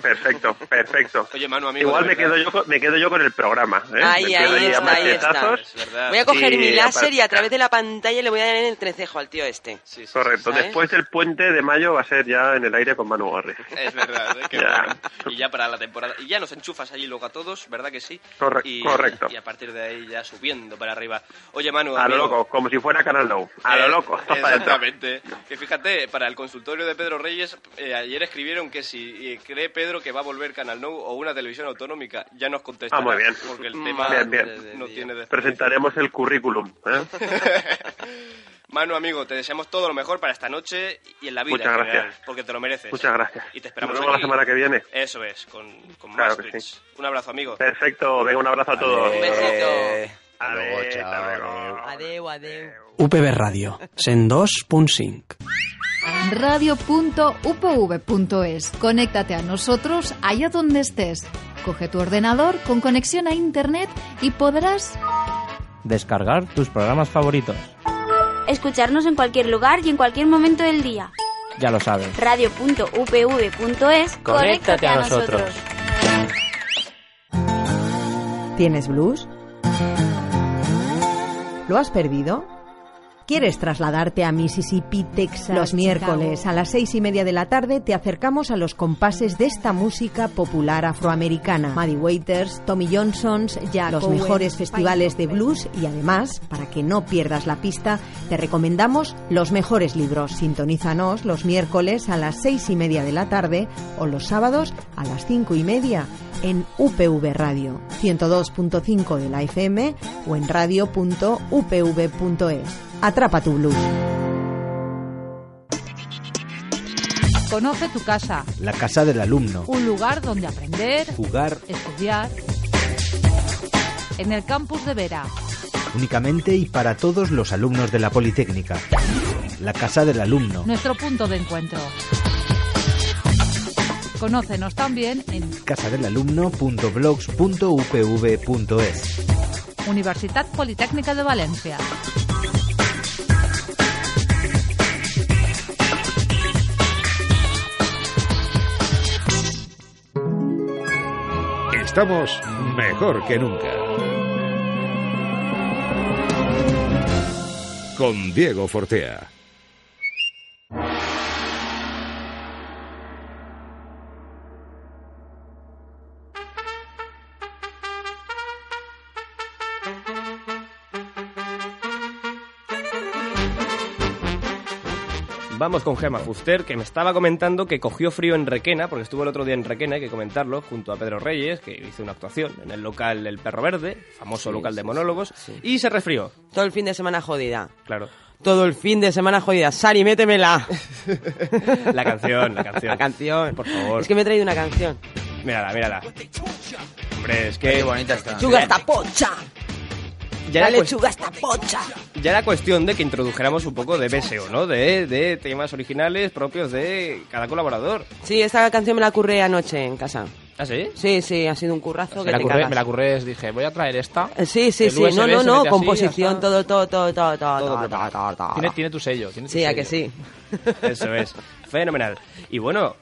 Speaker 5: Perfecto, perfecto.
Speaker 2: Oye, Manu, amigo.
Speaker 5: Igual
Speaker 2: de
Speaker 5: me
Speaker 2: verdad.
Speaker 5: quedo, yo con, me quedo yo con el programa. ¿eh?
Speaker 3: Ahí,
Speaker 5: Me quedo
Speaker 3: ahí
Speaker 5: a
Speaker 3: está, ahí está.
Speaker 5: machetazos.
Speaker 2: Es verdad.
Speaker 3: Voy a coger mi
Speaker 5: Y
Speaker 3: láser
Speaker 5: aparte-
Speaker 3: y a través de la pantalla le voy a dar en el trecejo al tío este.
Speaker 2: Sí, sí, sí,
Speaker 5: Correcto.
Speaker 3: ¿Sabes?
Speaker 5: Después del puente de mayo va a ser ya en el aire con Manu Gorri.
Speaker 2: Es verdad, ¿eh? Qué
Speaker 5: Ya.
Speaker 2: bueno. Y ya para la temporada. Y ya nos enchufas allí luego a todos, ¿verdad que sí?
Speaker 5: Corre-
Speaker 2: Y-
Speaker 5: correcto.
Speaker 2: Y a partir de ahí ya subiendo para arriba. Oye, Manu,
Speaker 5: A lo
Speaker 2: amigo,
Speaker 5: loco, como si fuera Canal Now. A
Speaker 2: Eh,
Speaker 5: lo loco. todo para adentro.
Speaker 2: Exactamente. Que fíjate, para el consultorio de Pedro Reyes, eh, ayer escribieron que si eh, cree Pedro que va a volver Canal Now o una televisión autonómica, ya nos
Speaker 5: Ah,
Speaker 2: contestará.
Speaker 5: muy bien.
Speaker 2: Porque el tema
Speaker 5: Bien, bien.
Speaker 2: de- de- no tiene de...
Speaker 5: Presentaremos el currículum. ¿eh?
Speaker 2: Manu, amigo, te deseamos todo lo mejor para esta noche y en la vida.
Speaker 5: Muchas
Speaker 2: en
Speaker 5: gracias.
Speaker 2: general, porque te lo mereces.
Speaker 5: Muchas gracias.
Speaker 2: Y te esperamos
Speaker 5: Nos vemos la
Speaker 2: aquí.
Speaker 5: semana que viene.
Speaker 2: Eso es, con, con
Speaker 5: Claro
Speaker 2: más
Speaker 5: que
Speaker 2: tweets. Un abrazo, amigo.
Speaker 5: Perfecto. Venga, un abrazo a todos.
Speaker 6: Vale.
Speaker 3: besito.
Speaker 5: Hasta
Speaker 6: Luego,
Speaker 5: luego,
Speaker 6: chao,
Speaker 5: hasta luego.
Speaker 6: adeu.
Speaker 3: Adeu, adeu.
Speaker 7: UPB Radio, 102.5.
Speaker 8: radio.upv.es. Conéctate a nosotros allá donde estés. Coge tu ordenador con conexión a Internet y podrás
Speaker 9: Descargar tus programas favoritos.
Speaker 10: Escucharnos en cualquier lugar y en cualquier momento del día.
Speaker 9: Ya lo sabes.
Speaker 10: Radio.upv.es.
Speaker 9: Conéctate a nosotros.
Speaker 11: ¿Tienes blues? ¿Lo has perdido? ¿Quieres trasladarte a Mississippi, Texas?
Speaker 8: Los
Speaker 11: Los miércoles
Speaker 8: Chicago.
Speaker 11: a las seis y media de la tarde te acercamos a los compases de esta música popular afroamericana. Maddie Waiters, Tommy Johnson's, ya los
Speaker 8: Owens,
Speaker 11: mejores festivales de blues y además, para que no pierdas la pista, te recomendamos los mejores libros. Sintonízanos los miércoles a las seis y media de la tarde o los sábados a las cinco y media en UPV Radio 102.5 de la FM o en radio.upv.es. E Atrapa tu blues.
Speaker 8: conoce tu casa,
Speaker 7: La casa del alumno.
Speaker 8: un lugar donde aprender,
Speaker 7: Jugar
Speaker 8: estudiar. En el campus de Vera,
Speaker 7: únicamente y para todos los alumnos de la Politécnica. La casa del alumno.
Speaker 8: nuestro punto de encuentro. Conócenos también en
Speaker 7: casadelalumno.blogs.upv.es.
Speaker 8: Universidad Politécnica de Valencia.
Speaker 1: Estamos mejor que nunca. Con Diego Fortea.
Speaker 2: Vamos con Gema Fuster, que me estaba comentando que cogió frío en Requena, porque estuvo el otro día en Requena, hay que comentarlo, junto a Pedro Reyes, que hizo una actuación en el local El Perro Verde, famoso local de monólogos, y se resfrió.
Speaker 3: Todo el fin de semana jodida.
Speaker 2: Claro.
Speaker 3: Todo el fin de semana jodida. Sari, métemela.
Speaker 2: La canción, la canción.
Speaker 3: La canción.
Speaker 2: Por favor.
Speaker 3: Es que me he traído una canción.
Speaker 2: Pues, Mírala, mírala. Ah, Hombre, es
Speaker 6: Qué
Speaker 2: que
Speaker 6: bonita está.
Speaker 3: Chuga esta pocha.
Speaker 2: ya
Speaker 3: La
Speaker 2: era, cues-
Speaker 3: lechuga está pocha.
Speaker 2: ya era cuestión de que introdujéramos un poco de BSO, ¿no? De, de temas originales propios de cada colaborador.
Speaker 3: Sí, esta canción me la curré anoche en casa.
Speaker 2: ¿Ah, sí?
Speaker 3: Sí, sí, ha sido un currazo
Speaker 9: Me
Speaker 3: que
Speaker 9: la,
Speaker 3: te
Speaker 9: curré,
Speaker 3: cagas.
Speaker 9: me la curré, dije, voy a traer esta.
Speaker 3: Eh, Sí, sí,
Speaker 9: El
Speaker 3: sí.
Speaker 9: USB
Speaker 3: No,
Speaker 9: se
Speaker 3: no, no.
Speaker 9: mete así, ya
Speaker 3: Composición,
Speaker 9: está.
Speaker 3: todo, todo, todo, todo, todo,
Speaker 9: Todo
Speaker 3: todo, todo,
Speaker 9: preparado.
Speaker 3: todo, todo.
Speaker 9: Tiene, tiene tu sello. Tiene tu
Speaker 3: Sí, a
Speaker 9: sello.
Speaker 3: que sí.
Speaker 2: Eso es. Fenomenal. Y bueno,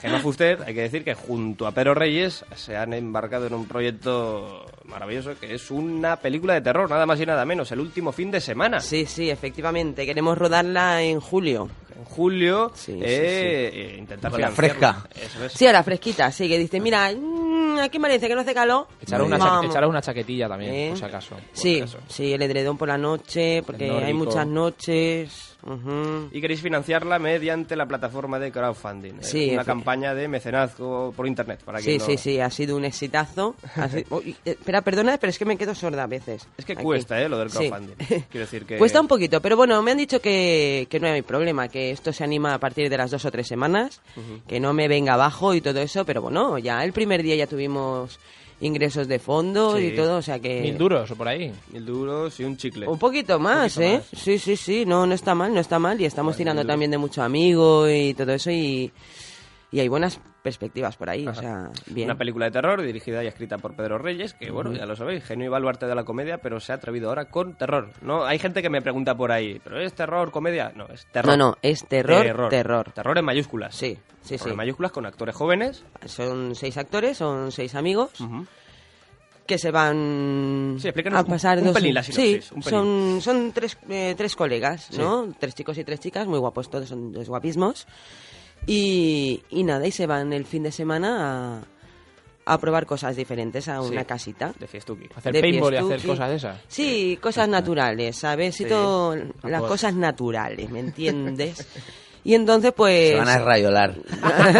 Speaker 2: Gemma Fuster, hay que decir que junto a Pedro Reyes se han embarcado en un proyecto maravilloso que es una película de terror, nada más y nada menos, el último fin de semana.
Speaker 3: Sí, sí, efectivamente. Queremos rodarla en julio.
Speaker 2: En julio,
Speaker 3: Sí, sí,
Speaker 2: eh, eh, intentar
Speaker 6: Con la
Speaker 2: financiarla. Eso es.
Speaker 3: Sí, a la fresquita, sí, que dice, mira, mm, coño, aquí en Valencia que no hace calor.
Speaker 9: Echaros una, cha-
Speaker 3: Vamos.
Speaker 9: echaros una chaquetilla también,
Speaker 3: ¿Eh?
Speaker 9: por si acaso.
Speaker 3: Sí, sí, el edredón por la noche, porque hay
Speaker 9: nórdico.
Speaker 3: muchas noches.
Speaker 2: Y queréis financiarla mediante la plataforma de crowdfunding. eh,
Speaker 3: Sí,
Speaker 2: una
Speaker 3: efe-
Speaker 2: campaña de mecenazgo por internet. Para
Speaker 3: Sí,
Speaker 2: quien no-
Speaker 3: sí, sí, ha sido un exitazo. Ha si- Uy, eh, espera, perdona, pero es que me quedo sorda a veces.
Speaker 2: Es que
Speaker 3: Aquí.
Speaker 2: cuesta, ¿eh? Lo del
Speaker 3: Sí.
Speaker 2: crowdfunding. Quiero decir que.
Speaker 3: Cuesta un poquito, pero bueno, me han dicho que, que no hay problema, que esto se anima a partir de las dos o tres semanas,
Speaker 2: Ujú.
Speaker 3: que no me venga abajo y todo eso, pero bueno, ya el primer día ya tuvimos ingresos de fondos
Speaker 2: Sí.
Speaker 3: y todo, o sea que...
Speaker 9: Mil duros o por ahí.
Speaker 2: Mil duros y un chicle.
Speaker 3: Un poquito más,
Speaker 2: poquito
Speaker 3: ¿eh?
Speaker 2: más.
Speaker 3: Sí, sí, sí, no, no está mal, no está mal. Y estamos
Speaker 2: Vale,
Speaker 3: tirando
Speaker 2: yo-
Speaker 3: también de mucho amigo y todo eso y, y hay buenas perspectivas por ahí, o sea, bien.
Speaker 2: Una película de terror dirigida y escrita por Pedro Reyes, que bueno,
Speaker 3: Ujú.
Speaker 2: ya lo sabéis, genio y baluarte de la comedia, pero se ha atrevido ahora con terror. No, hay gente que me pregunta por ahí, ¿pero es terror, comedia? No, es terror.
Speaker 3: No, no, es terror, terror.
Speaker 2: Terror en mayúsculas.
Speaker 3: Sí, sí,
Speaker 2: Terror
Speaker 3: sí.
Speaker 2: en mayúsculas con actores jóvenes.
Speaker 3: Son seis actores, son seis amigos. Que se van
Speaker 2: Sí, explícanos
Speaker 3: a
Speaker 2: un-
Speaker 3: pasar
Speaker 2: un
Speaker 3: dos...
Speaker 2: pelín la sinopsis,
Speaker 3: Sí,
Speaker 2: un pelín.
Speaker 3: son, son tres, eh, tres colegas,
Speaker 2: Sí.
Speaker 3: ¿no? Tres chicos y tres chicas, muy guapos todos, son dos guapismos. Y, y nada, y se van el fin de semana a, a probar cosas diferentes a una
Speaker 2: Sí,
Speaker 3: casita.
Speaker 2: De fiestuki.
Speaker 9: Hacer
Speaker 3: de
Speaker 9: paintball y
Speaker 3: fiestuki.
Speaker 9: hacer cosas de esas.
Speaker 3: Sí, cosas naturales, ¿sabes? Y
Speaker 9: Sí.
Speaker 3: todo, las
Speaker 9: Tampoco-
Speaker 3: cosas naturales, ¿me entiendes? Y entonces, pues...
Speaker 6: Se van a rayolar.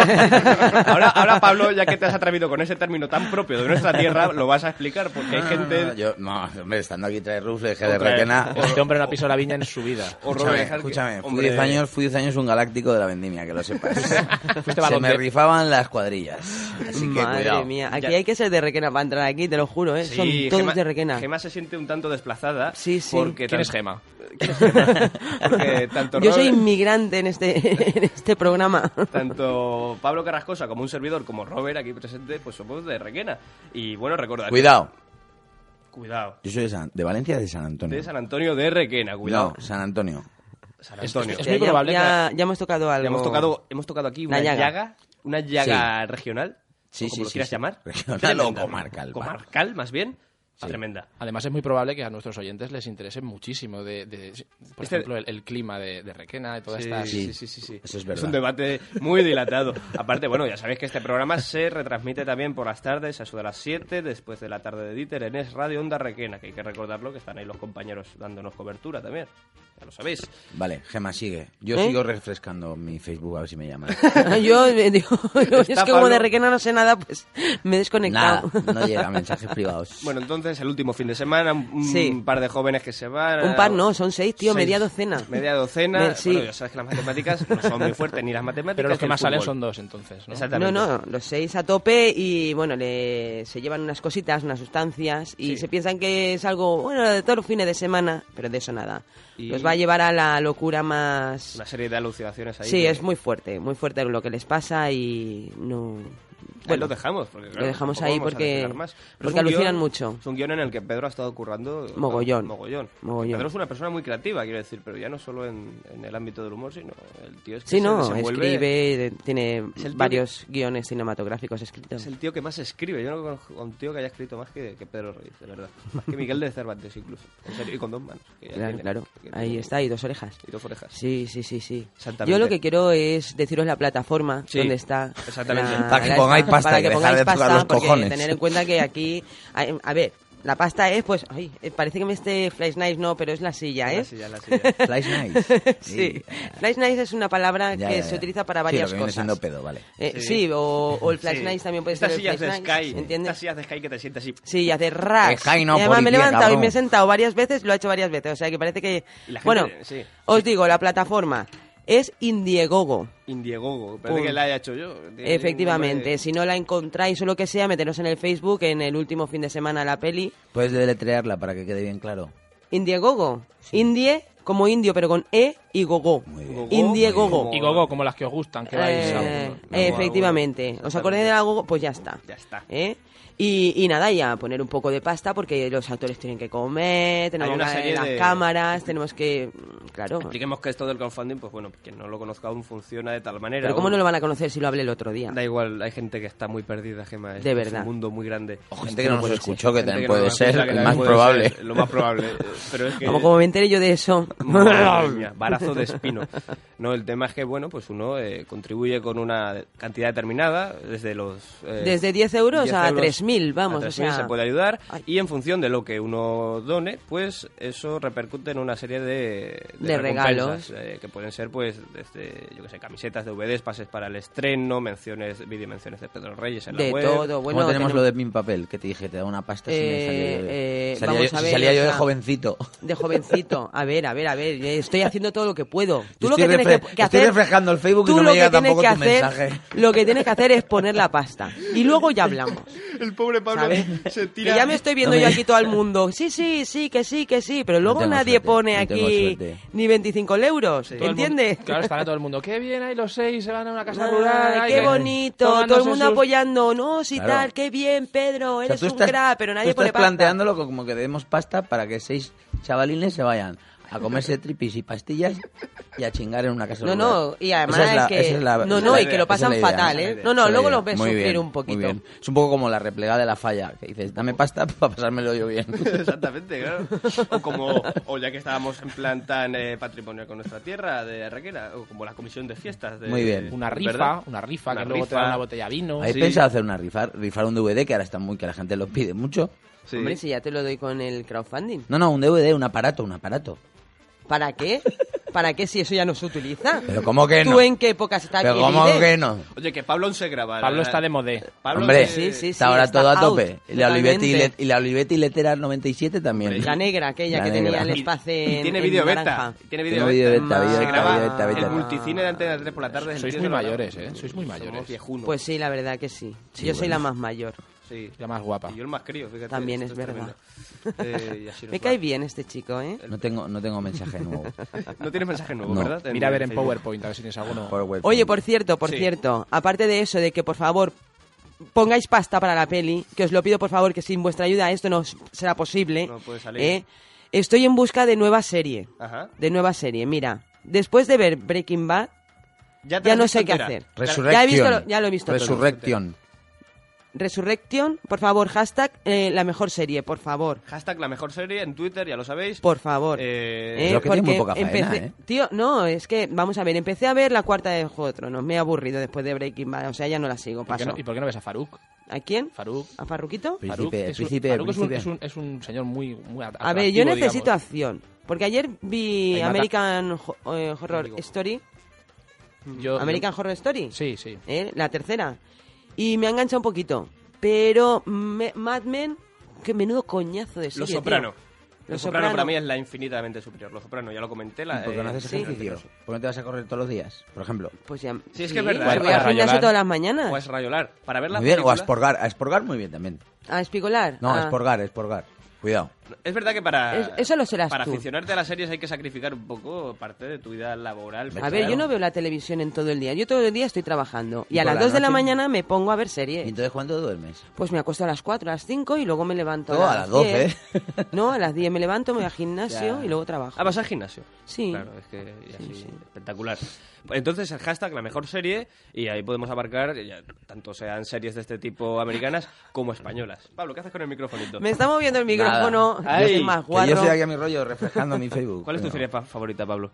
Speaker 2: ahora, ahora, Pablo, ya que te has atrevido con ese término tan propio de nuestra tierra, lo vas a explicar porque
Speaker 3: Ah.
Speaker 2: hay gente.
Speaker 6: No, yo, no, hombre, estando aquí trae Ruf, le dije de
Speaker 9: Otra vez.
Speaker 6: requena.
Speaker 9: Este hombre no ha pisado la viña en su vida.
Speaker 6: Escúchame, escúchame, fui 10 años, fui 10 años un galáctico de la vendimia, que lo sepas. Se
Speaker 9: balón
Speaker 6: me
Speaker 9: de-
Speaker 6: rifaban las cuadrillas. Así que
Speaker 3: Madre
Speaker 6: cuidado.
Speaker 3: mía, aquí hay que ser de Requena para entrar aquí, te lo juro, ¿eh?
Speaker 2: Sí,
Speaker 3: Son todos
Speaker 2: Gema-
Speaker 3: de Requena.
Speaker 2: Gema se siente un tanto desplazada.
Speaker 3: Sí, sí.
Speaker 2: Porque
Speaker 3: ¿Quién
Speaker 2: tan-
Speaker 3: es Gema?
Speaker 2: ¿Quién es Gema? Porque tanto
Speaker 3: Yo soy
Speaker 2: Robert-
Speaker 3: inmigrante en este, en este programa.
Speaker 2: Tanto Pablo Carrascosa como un servidor como Robert aquí presente, pues somos de Requena. Y bueno, recordad.
Speaker 6: Cuidado.
Speaker 2: Cuidado.
Speaker 6: Yo soy de, San- de Valencia de San Antonio.
Speaker 2: De San Antonio de Requena, cuidado.
Speaker 6: No, San Antonio.
Speaker 2: San Antonio.
Speaker 3: Ya- ya- Ya, ya hemos tocado algo.
Speaker 2: Ya hemos tocado, hemos tocado aquí
Speaker 3: La
Speaker 2: una
Speaker 3: llaga.
Speaker 2: llaga. una llaga regional,
Speaker 6: Sí,
Speaker 2: o como
Speaker 6: sí,
Speaker 2: lo
Speaker 6: sí,
Speaker 2: quieras
Speaker 6: sí.
Speaker 2: llamar.
Speaker 6: Regional
Speaker 2: Tremenda.
Speaker 6: o comarcal, va.
Speaker 2: Comarcal, más bien. Tremenda.
Speaker 9: Además, es muy probable que a nuestros oyentes les interese muchísimo, de, de- por
Speaker 2: Este-
Speaker 9: ejemplo, el, el clima de, de Requena y todas
Speaker 2: Sí,
Speaker 9: estas...
Speaker 2: sí, sí, sí, sí.
Speaker 6: Eso es
Speaker 2: un
Speaker 6: verdad.
Speaker 2: debate muy dilatado. Aparte, bueno, ya sabéis que este programa se retransmite también por las tardes, a eso de las 7, después de la tarde de Dieter en Es Radio Onda Requena, que hay que recordarlo que están ahí los compañeros dándonos cobertura también. Ya lo sabéis.
Speaker 6: Vale, Gema, sigue. Yo
Speaker 3: ¿Eh?
Speaker 6: sigo refrescando mi Facebook a ver si me llaman.
Speaker 3: Yo eh, digo, es que
Speaker 2: Está
Speaker 3: como de
Speaker 2: Pablo-
Speaker 3: Requena no sé nada, pues me he
Speaker 6: Nada,
Speaker 3: desconectado.
Speaker 6: no llega, mensajes privados.
Speaker 2: Bueno, entonces el último fin de semana, un, un
Speaker 3: Sí.
Speaker 2: par de jóvenes que se van.
Speaker 3: Un par no, son seis, tío,
Speaker 2: Seis.
Speaker 3: media docena.
Speaker 2: Media docena.
Speaker 3: Me- sí.
Speaker 2: Bueno, ya sabes que las matemáticas no son muy fuertes ni las matemáticas.
Speaker 9: Pero los que
Speaker 2: ni el
Speaker 9: más salen
Speaker 2: fútbol.
Speaker 9: son dos, entonces, ¿no?
Speaker 2: Exactamente.
Speaker 3: No, no, los seis a tope y bueno, le, se llevan unas cositas, unas sustancias y
Speaker 2: Sí.
Speaker 3: se piensan que es algo, bueno, de todos los fines de semana, pero de eso nada.
Speaker 2: Y-
Speaker 3: Los va a llevar a la locura más...
Speaker 2: Una serie de alucinaciones ahí.
Speaker 3: Sí,
Speaker 2: que-
Speaker 3: es muy fuerte, muy fuerte lo que les pasa y no...
Speaker 2: Ahí lo dejamos. Porque, claro,
Speaker 3: lo dejamos
Speaker 2: tampoco
Speaker 3: ahí
Speaker 2: vamos a
Speaker 3: porque,
Speaker 2: desvelar más. Pero es
Speaker 3: porque
Speaker 2: un guión-
Speaker 3: alucinan mucho.
Speaker 2: Es un guión en el que Pedro ha estado currando. eh,
Speaker 3: Mogollón.
Speaker 2: Mogollón.
Speaker 3: Mogollón.
Speaker 2: Pedro es una persona muy creativa, quiero decir, pero ya no solo en, en el ámbito del humor, sino el tío es que
Speaker 3: Sí,
Speaker 2: se
Speaker 3: no,
Speaker 2: desenvuelve-
Speaker 3: escribe, eh, tiene
Speaker 2: Es el tío
Speaker 3: varios guiones cinematográficos escritos.
Speaker 2: Es el tío que más escribe. Yo no conozco a un tío que haya escrito más que, que Pedro Reyes, de verdad. Más que Miguel de Cervantes, incluso. En serio, y con dos manos. que ya
Speaker 3: Claro,
Speaker 2: tiene-
Speaker 3: claro.
Speaker 2: que
Speaker 3: Ahí
Speaker 2: tiene-
Speaker 3: está, y dos orejas.
Speaker 2: Y dos orejas.
Speaker 3: Sí, sí, sí, sí.
Speaker 2: Exactamente.
Speaker 3: Yo lo que quiero es deciros la plataforma
Speaker 2: Sí,
Speaker 3: donde está.
Speaker 2: exactamente.
Speaker 3: la-
Speaker 6: Para que
Speaker 3: la-
Speaker 6: pongáis pasta
Speaker 3: para
Speaker 6: y
Speaker 3: que
Speaker 6: dejar
Speaker 3: pongáis
Speaker 6: de tocar
Speaker 3: pasta,
Speaker 6: los
Speaker 3: porque
Speaker 6: cojones.
Speaker 3: Tener en cuenta que aquí, a, a ver, la pasta es, pues, ay, eh, parece que me esté Flash Nice, no, pero es la silla, ¿eh?
Speaker 2: La silla, la silla.
Speaker 6: Flash nice.
Speaker 3: sí. Flash Nice es una palabra
Speaker 6: Ya,
Speaker 3: que
Speaker 6: ya,
Speaker 3: se
Speaker 6: ya.
Speaker 3: utiliza para
Speaker 6: Sí, lo
Speaker 3: varias
Speaker 6: que viene
Speaker 3: cosas.
Speaker 6: siendo pedo, vale.
Speaker 3: Eh, sí,
Speaker 2: Sí.
Speaker 3: o, o el Flash
Speaker 2: Sí.
Speaker 3: Nice también puede
Speaker 2: Estas
Speaker 3: ser. el
Speaker 2: sillas de
Speaker 3: Flash Nice,
Speaker 2: Sky.
Speaker 3: ¿Entiendes?
Speaker 2: Estas sillas de Sky que te sientas así.
Speaker 3: Sí, y hace ras.
Speaker 6: Sky no,
Speaker 3: y además me he
Speaker 6: policía,
Speaker 3: levantado
Speaker 6: cabrón.
Speaker 3: y me he sentado varias veces, lo ha hecho varias veces. O sea que parece que.
Speaker 2: Y la gente-
Speaker 3: bueno,
Speaker 2: sí.
Speaker 3: os digo, la plataforma es Indiegogo.
Speaker 2: Indiegogo. Parece
Speaker 3: Pum.
Speaker 2: que la haya hecho yo. Tiene
Speaker 3: Efectivamente,
Speaker 2: nombre-
Speaker 3: si no la encontráis o lo que sea, meteros en el Facebook en el último fin de semana la peli.
Speaker 6: Puedes deletrearla para que quede bien claro.
Speaker 3: Indiegogo. Indie como indio, pero con E y gogo.
Speaker 6: bien.
Speaker 3: Indiegogo.
Speaker 9: Y gogo, como las que os gustan, que vais a
Speaker 3: Eh,
Speaker 9: uno.
Speaker 3: efectivamente. ¿Os acordáis de la Gogo? Pues ya está.
Speaker 2: Ya está.
Speaker 3: ¿Eh? Y, y nada, ya poner un poco de pasta porque los actores tienen que comer, tenemos
Speaker 2: una
Speaker 3: que
Speaker 2: serie
Speaker 3: las
Speaker 2: de-
Speaker 3: cámaras, tenemos que mm, Claro.
Speaker 2: Expliquemos que esto del crowdfunding, pues bueno, quien no lo conozca aún funciona de tal manera.
Speaker 3: Pero ¿cómo no lo van a conocer si lo hablé el otro día?
Speaker 2: Da igual, hay gente que está muy perdida, Gemma. es-
Speaker 3: De
Speaker 2: Es
Speaker 3: verdad.
Speaker 2: un mundo muy grande. O
Speaker 6: gente que no nos escuchó, que también puede ser, más probable.
Speaker 2: lo más probable. eh, Pero es que...
Speaker 3: Como, como me entere yo de eso.
Speaker 2: Madre mía, barazo de espino. No, el tema es que, bueno, pues uno eh, contribuye con una cantidad determinada, desde los... eh,
Speaker 3: Desde 10 euros a 3.000, vamos,
Speaker 2: a
Speaker 3: o
Speaker 2: 3.000
Speaker 3: sea-
Speaker 2: se puede ayudar. Y en función de lo que uno done, pues eso repercute en una serie de...
Speaker 3: De
Speaker 2: recompensas,
Speaker 3: regalos.
Speaker 2: eh, que pueden ser, pues, desde, yo que sé, camisetas, DVDs, pases para el estreno, menciones, vídeo menciones de Pedro Reyes en la
Speaker 3: De
Speaker 2: web.
Speaker 3: todo, bueno,
Speaker 6: ¿Cómo tenemos
Speaker 3: tenemos-
Speaker 6: lo de mi papel? Que te dije, te da una pasta si me salía yo de-
Speaker 3: Eh, eh,
Speaker 6: salía
Speaker 3: vamos
Speaker 6: yo-
Speaker 3: a
Speaker 6: si
Speaker 3: ver,
Speaker 6: salía
Speaker 3: o
Speaker 6: yo de
Speaker 3: sea,
Speaker 6: jovencito.
Speaker 3: De jovencito. A ver, a ver, a ver. eh, Estoy haciendo todo lo que puedo. Tú
Speaker 6: Yo
Speaker 3: lo que
Speaker 6: estoy
Speaker 3: tienes que,
Speaker 6: refre-
Speaker 3: que
Speaker 6: estoy
Speaker 3: hacer.
Speaker 6: refrescando el Facebook y
Speaker 3: tú
Speaker 6: no me
Speaker 3: lo
Speaker 6: llega
Speaker 3: que tienes
Speaker 6: tampoco
Speaker 3: que
Speaker 6: tu
Speaker 3: hacer,
Speaker 6: mensaje.
Speaker 3: Lo que tienes que hacer es poner la pasta. Y luego ya hablamos.
Speaker 2: El pobre Pablo
Speaker 3: ¿sabes?
Speaker 2: se
Speaker 3: Que ya me estoy viendo
Speaker 6: No me-
Speaker 3: yo aquí todo el mundo. Sí, sí, sí, que sí, que sí. Pero luego
Speaker 6: tengo
Speaker 3: nadie
Speaker 6: suerte,
Speaker 3: pone
Speaker 6: no tengo
Speaker 3: aquí
Speaker 6: suerte.
Speaker 3: ni 25 euros.
Speaker 9: Todo el mundo-
Speaker 3: ¿Entiendes?
Speaker 9: claro, estará todo el mundo. Qué bien, ahí los seis se van a una casa
Speaker 3: Ay,
Speaker 9: rural. ay,
Speaker 3: qué
Speaker 9: que-
Speaker 3: bonito, todo el
Speaker 9: tomándose
Speaker 3: mundo
Speaker 9: sus-
Speaker 3: apoyando, no, si
Speaker 6: Claro.
Speaker 3: tal, qué bien, Pedro,
Speaker 6: O sea,
Speaker 3: eres
Speaker 6: tú
Speaker 3: un crack, pero nadie
Speaker 6: tú estás
Speaker 3: pone pasta.
Speaker 6: planteándolo co- como que demos pasta para que seis chavalines se vayan a comerse tripis y pastillas y a chingar en una casa
Speaker 3: No,
Speaker 6: rural.
Speaker 3: no, y además
Speaker 6: Esa la-
Speaker 3: es que-
Speaker 6: esa es la-
Speaker 3: no, no,
Speaker 6: la
Speaker 3: y que lo
Speaker 6: idea,
Speaker 3: pasan
Speaker 6: esa es la idea,
Speaker 3: fatal,
Speaker 6: esa es
Speaker 3: ¿eh?
Speaker 6: la
Speaker 3: No, no,
Speaker 6: idea.
Speaker 3: luego
Speaker 6: Muy
Speaker 3: los ves
Speaker 6: bien,
Speaker 3: sufrir un
Speaker 6: muy
Speaker 3: poquito.
Speaker 6: bien. Es un poco como la replegada de la falla, que dices, dame pasta para pasármelo yo bien.
Speaker 2: Exactamente, claro. O como, o ya que estábamos en plan tan eh, patrimonio con nuestra tierra de Requera, o como la comisión de fiestas. De,
Speaker 6: Muy bien.
Speaker 9: Una rifa,
Speaker 2: ¿verdad?
Speaker 9: una rifa,
Speaker 2: Una
Speaker 9: que luego te dan
Speaker 2: rifa.
Speaker 9: una botella de vino.
Speaker 6: ¿Habéis pensado hacer una rifa, rifar un DVD que ahora está muy, que la gente lo pide mucho?
Speaker 2: Sí.
Speaker 3: Hombre, si ya te lo doy con el crowdfunding.
Speaker 6: No, no, un DVD, un aparato, un aparato.
Speaker 3: ¿Para qué? ¿Para qué si eso ya no se utiliza?
Speaker 6: Pero ¿cómo que no?
Speaker 3: ¿Tú en qué época está
Speaker 6: Pero
Speaker 3: aquí,
Speaker 6: ¿cómo
Speaker 3: vives?
Speaker 6: que no?
Speaker 2: Oye, que Pablo aún se graba. la
Speaker 9: Pablo
Speaker 2: verdad.
Speaker 9: está de modé.
Speaker 2: Pablo
Speaker 6: Hombre,
Speaker 2: se-
Speaker 6: está ahora
Speaker 3: está
Speaker 6: todo a
Speaker 3: out,
Speaker 6: tope. Y la, Olivetti y,
Speaker 3: totalmente.
Speaker 6: le- y la Olivetti Letera 97 también.
Speaker 3: La negra, aquella
Speaker 6: La
Speaker 3: que
Speaker 6: negra.
Speaker 3: tenía el espacio
Speaker 2: Y
Speaker 3: en,
Speaker 2: tiene
Speaker 3: en
Speaker 2: vídeo beta.
Speaker 3: naranja.
Speaker 2: Tiene
Speaker 6: Tiene
Speaker 2: vídeo
Speaker 6: vídeo
Speaker 2: beta.
Speaker 6: beta, vídeo
Speaker 2: se
Speaker 6: beta,
Speaker 2: graba
Speaker 6: vídeo beta, vídeo
Speaker 2: el
Speaker 6: beta.
Speaker 2: multicine de Antena 3 por la tarde.
Speaker 9: Sois muy mayores, ¿eh? Sois muy mayores.
Speaker 3: Pues sí, la verdad que sí.
Speaker 6: Sí,
Speaker 3: Yo soy
Speaker 6: bueno.
Speaker 3: la más mayor.
Speaker 2: Sí.
Speaker 9: La más guapa.
Speaker 2: Y yo el más crío, fíjate.
Speaker 3: También
Speaker 2: esto
Speaker 3: es verdad.
Speaker 2: tremendo. Eh, y así nos
Speaker 3: Me
Speaker 2: va.
Speaker 3: cae bien este chico, ¿eh?
Speaker 6: No tengo, no tengo mensaje nuevo.
Speaker 2: No tienes mensaje nuevo,
Speaker 6: No.
Speaker 2: ¿verdad?
Speaker 9: Mira a ver en
Speaker 2: Facebook.
Speaker 9: PowerPoint, a ver si tienes alguno.
Speaker 6: Por web.
Speaker 3: Oye, por cierto, por
Speaker 2: Sí.
Speaker 3: cierto, aparte de eso, de que por favor pongáis pasta para la peli, que os lo pido por favor, que sin vuestra ayuda esto no s- será posible.
Speaker 2: No puede salir.
Speaker 3: ¿eh? Estoy en busca de nueva serie.
Speaker 2: Ajá.
Speaker 3: De nueva serie, mira. Después de ver Breaking Bad,
Speaker 2: te
Speaker 3: ya
Speaker 2: has
Speaker 3: no
Speaker 2: visto
Speaker 3: sé qué
Speaker 2: entera.
Speaker 3: hacer.
Speaker 6: Resurrection.
Speaker 3: Ya, he visto lo- ya lo he visto. todo.
Speaker 6: Resurrection.
Speaker 3: Resurrection, por favor, hashtag eh, la mejor serie, por favor.
Speaker 2: Hashtag la mejor serie en Twitter, ya lo sabéis.
Speaker 3: Por favor.
Speaker 2: Eh,
Speaker 6: creo que tiene muy poca faena,
Speaker 3: empecé,
Speaker 6: ¿eh?
Speaker 3: Tío, no, es que, vamos a ver, empecé a ver la cuarta de Juego de Tronos. Me he aburrido después de Breaking Bad, o sea, ya no la sigo,
Speaker 9: ¿Por qué
Speaker 3: paso.
Speaker 9: no- ¿Y por qué no ves a Faruk?
Speaker 3: ¿A quién?
Speaker 9: Faruk.
Speaker 3: ¿A Farruquito?
Speaker 6: Príncipe,
Speaker 9: Faruk es un-
Speaker 6: príncipe,
Speaker 9: Faruk es un-
Speaker 6: príncipe.
Speaker 9: es un- es un señor muy, muy at-
Speaker 3: A ver, yo
Speaker 9: atractivo,
Speaker 3: necesito
Speaker 9: digamos.
Speaker 3: acción. Porque ayer vi
Speaker 9: Ahí mata.
Speaker 3: American Ho- eh, Horror Story.
Speaker 9: Yo-
Speaker 3: American Horror Story.
Speaker 9: yo- Sí, sí.
Speaker 3: ¿eh? La tercera. Y me ha enganchado un poquito. Pero me- Mad Men, qué menudo coñazo de serie.
Speaker 2: Los
Speaker 3: tío.
Speaker 2: Soprano. Los,
Speaker 3: Los
Speaker 2: Soprano,
Speaker 3: Soprano.
Speaker 2: para mí es la infinitamente superior. Los Soprano, ya lo comenté. La,
Speaker 6: ¿Por qué no
Speaker 2: eh,
Speaker 6: haces
Speaker 2: sí.
Speaker 6: ejercicio? ¿Por qué no te vas a correr todos los días? Por ejemplo.
Speaker 3: Pues ya.
Speaker 2: Sí, es que es verdad.
Speaker 3: me
Speaker 2: Bueno,
Speaker 3: voy al
Speaker 9: para
Speaker 3: gimnasio
Speaker 9: rayolar.
Speaker 3: todas las mañanas.
Speaker 2: O es rayolar. Para ver la
Speaker 6: Muy bien, o a
Speaker 2: película-
Speaker 6: esporgar. A esporgar muy bien también.
Speaker 3: A espigolar.
Speaker 6: No,
Speaker 3: Ah.
Speaker 6: a esporgar, a esporgar. Cuidado.
Speaker 2: Es verdad que para.
Speaker 3: Es- eso lo serás
Speaker 2: Para
Speaker 3: tú.
Speaker 2: aficionarte a las series hay que sacrificar un poco parte de tu vida laboral.
Speaker 3: A
Speaker 2: personal.
Speaker 3: ver, yo no veo la televisión en todo el día. Yo todo el día estoy trabajando. Y,
Speaker 6: ¿Y
Speaker 3: a
Speaker 6: por
Speaker 3: las
Speaker 6: la
Speaker 3: 2 de la
Speaker 6: noche?
Speaker 3: mañana me pongo a ver
Speaker 6: ¿Y
Speaker 3: series.
Speaker 6: entonces cuándo duermes?
Speaker 3: Pues me acuesto a las 4, a las 5 y luego me levanto
Speaker 6: No,
Speaker 3: a
Speaker 6: a
Speaker 3: las
Speaker 6: las 12, ¿eh?
Speaker 3: 10. No, a las 10 me levanto, me voy al gimnasio
Speaker 6: Ya.
Speaker 3: y luego trabajo.
Speaker 2: Ah, vas al gimnasio.
Speaker 3: Sí.
Speaker 2: Claro, es que y así, espectacular. Pues Entonces, el hashtag, la mejor serie, y ahí podemos abarcar, ya, tanto sean series de este tipo americanas como españolas. Pablo, ¿qué haces con el microfonito?
Speaker 3: Me está moviendo el micrófono.
Speaker 6: Nada.
Speaker 3: yo
Speaker 2: Ay,
Speaker 3: soy más
Speaker 6: Que yo
Speaker 3: guarro.
Speaker 6: estoy aquí a mi rollo reflejando mi Facebook.
Speaker 2: ¿Cuál es tu
Speaker 6: Pero
Speaker 2: serie fa- favorita, Pablo?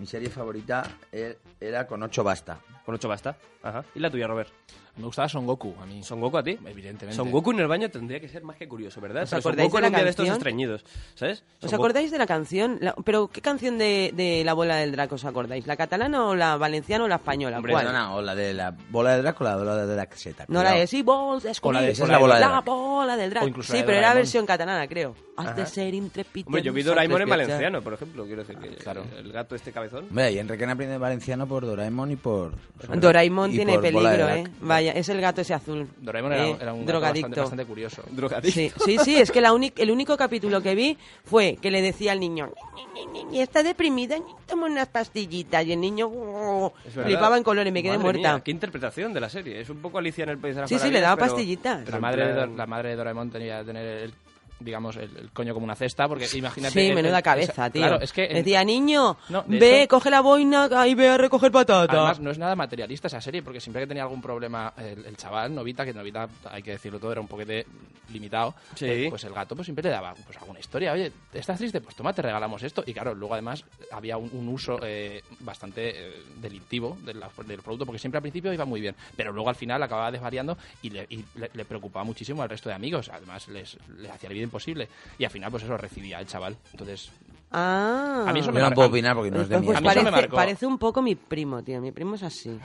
Speaker 6: Mi serie favorita er- era con 8 basta.
Speaker 2: Con ocho basta. Ajá. ¿Y la tuya, Robert?
Speaker 9: Me gustaba Son Goku a mí.
Speaker 2: ¿Son Goku a ti?
Speaker 9: Evidentemente.
Speaker 2: Son Goku en el baño tendría que ser más que curioso, ¿verdad?
Speaker 3: ¿Os
Speaker 2: Pero Son
Speaker 3: acordáis
Speaker 2: Goku
Speaker 3: de la
Speaker 2: en un día de estos
Speaker 3: canción?
Speaker 2: estreñidos, ¿sabes?
Speaker 3: ¿Os
Speaker 2: Son Goku-
Speaker 3: acordáis de la canción? La- ¿Pero qué canción de, de La Bola del Draco os acordáis? ¿La catalana o la valenciana o la española?
Speaker 2: Hombre,
Speaker 3: ¿Cuál?
Speaker 6: No, no, o la de la bola de Drácula o la de la caseta.
Speaker 3: No la de Sí, Bols,
Speaker 6: la de-
Speaker 3: Escobar,
Speaker 6: esa es la bola de
Speaker 3: la
Speaker 6: Draco.
Speaker 3: bola del Draco.
Speaker 9: O incluso la
Speaker 3: Sí,
Speaker 9: de
Speaker 3: pero era
Speaker 9: Doraemon.
Speaker 3: versión catalana, creo. Has de
Speaker 2: Ajá.
Speaker 3: ser intrépido.
Speaker 2: Hombre, yo vi Doraemon en valenciano, por ejemplo. Quiero decir que
Speaker 9: claro.
Speaker 2: el gato este cabezón.
Speaker 6: Hombre, y Enrique aprende valenciano por Doraemon y por...
Speaker 3: Doraemon
Speaker 6: y
Speaker 3: tiene
Speaker 6: por Bola de
Speaker 3: peligro, ¿eh?
Speaker 6: Drac.
Speaker 3: Vaya, es el gato ese azul.
Speaker 9: Doraemon era,
Speaker 3: eh,
Speaker 9: era un gato
Speaker 3: drogadicto.
Speaker 9: Bastante, bastante curioso.
Speaker 2: Drogadicto.
Speaker 3: Sí, sí, sí, es que la uni- el único capítulo que vi fue que le decía al niño, "Ni, ni, ni, ni, está deprimida, ni, toma unas pastillitas. Y el niño "Oh",
Speaker 2: Es verdad.
Speaker 3: flipaba en colores, me quedé
Speaker 2: Madre
Speaker 3: muerta.
Speaker 2: mía, qué interpretación de la serie. Es un poco Alicia en el País de las
Speaker 3: Sí, sí,
Speaker 2: Maravillas,
Speaker 3: le daba
Speaker 2: pero-
Speaker 3: pastillitas.
Speaker 2: pero
Speaker 9: La
Speaker 2: en
Speaker 9: madre, de,
Speaker 2: plan-
Speaker 9: Do- la madre de Doraemon tenía que tener el digamos, el, el coño como una cesta, porque imagínate...
Speaker 3: Sí,
Speaker 9: el-
Speaker 3: menuda
Speaker 9: el-
Speaker 3: cabeza,
Speaker 9: esa-
Speaker 3: tío.
Speaker 9: Claro, es que... en-
Speaker 3: Decía, niño,
Speaker 9: No, de
Speaker 3: ve,
Speaker 9: hecho-
Speaker 3: coge la boina y ve a recoger patatas.
Speaker 9: Además, no es nada materialista esa serie, porque siempre que tenía algún problema el, el chaval, Novita, que Novita, hay que decirlo todo, era un poquete limitado, eh, pues el gato pues siempre le daba pues alguna historia. Oye, ¿estás triste? Pues toma, te regalamos esto. Y claro, luego además había un, un uso eh, bastante eh, delictivo del, del producto, porque siempre al principio iba muy bien, pero luego al final acababa desvariando y le, y le- le preocupaba muchísimo al resto de amigos. Además, les, les hacía la vida imposible. Y al final, pues eso recibía el chaval. Entonces,
Speaker 3: Ah.
Speaker 9: A mí eso me Yo no marca- puedo opinar porque no es de mi
Speaker 3: pues
Speaker 9: época. A mí eso me
Speaker 3: parece,
Speaker 9: marcó.
Speaker 3: parece un poco mi primo, tío. Mi primo es así.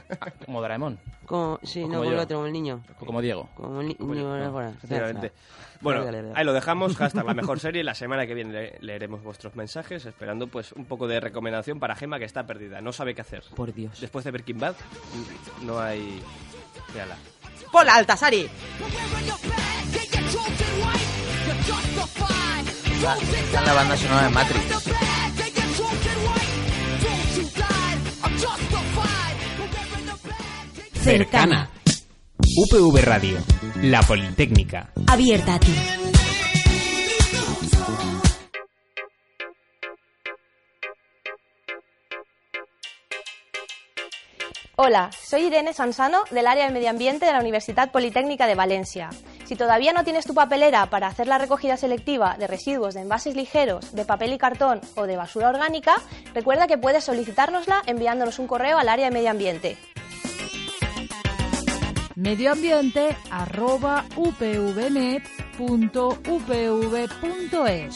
Speaker 9: como Doraemon.
Speaker 3: Como, sí,
Speaker 9: O
Speaker 3: no,
Speaker 9: como
Speaker 3: como el
Speaker 9: yo.
Speaker 3: otro, como el niño.
Speaker 9: O como Diego.
Speaker 3: Como el ni-
Speaker 9: Como yo,
Speaker 3: niño.
Speaker 9: no,
Speaker 3: no, por ahí.
Speaker 2: efectivamente.
Speaker 3: Dale,
Speaker 2: Bueno,
Speaker 3: dale, dale.
Speaker 2: ahí lo dejamos. Hashtag la mejor serie. La semana que viene le- leeremos vuestros mensajes, esperando pues un poco de recomendación para Gema que está perdida, no sabe qué hacer.
Speaker 3: Por Dios.
Speaker 2: Después de ver Breaking Bad, no hay. Mírala.
Speaker 3: ¡Pola, Altasari!
Speaker 6: Está en la banda sonora de Matrix.
Speaker 11: Cercana.
Speaker 7: UPV Radio, la Politécnica.
Speaker 12: Abierta a ti.
Speaker 13: Hola, soy Irene Sansano del área de Medio Ambiente de la Universidad Politécnica de Valencia. Si todavía no tienes tu papelera para hacer la recogida selectiva de residuos de envases ligeros, de papel y cartón o de basura orgánica, recuerda que puedes solicitárnosla enviándonos un correo al área de Medio Ambiente.
Speaker 14: Medioambiente arroba upvnet.upv.es.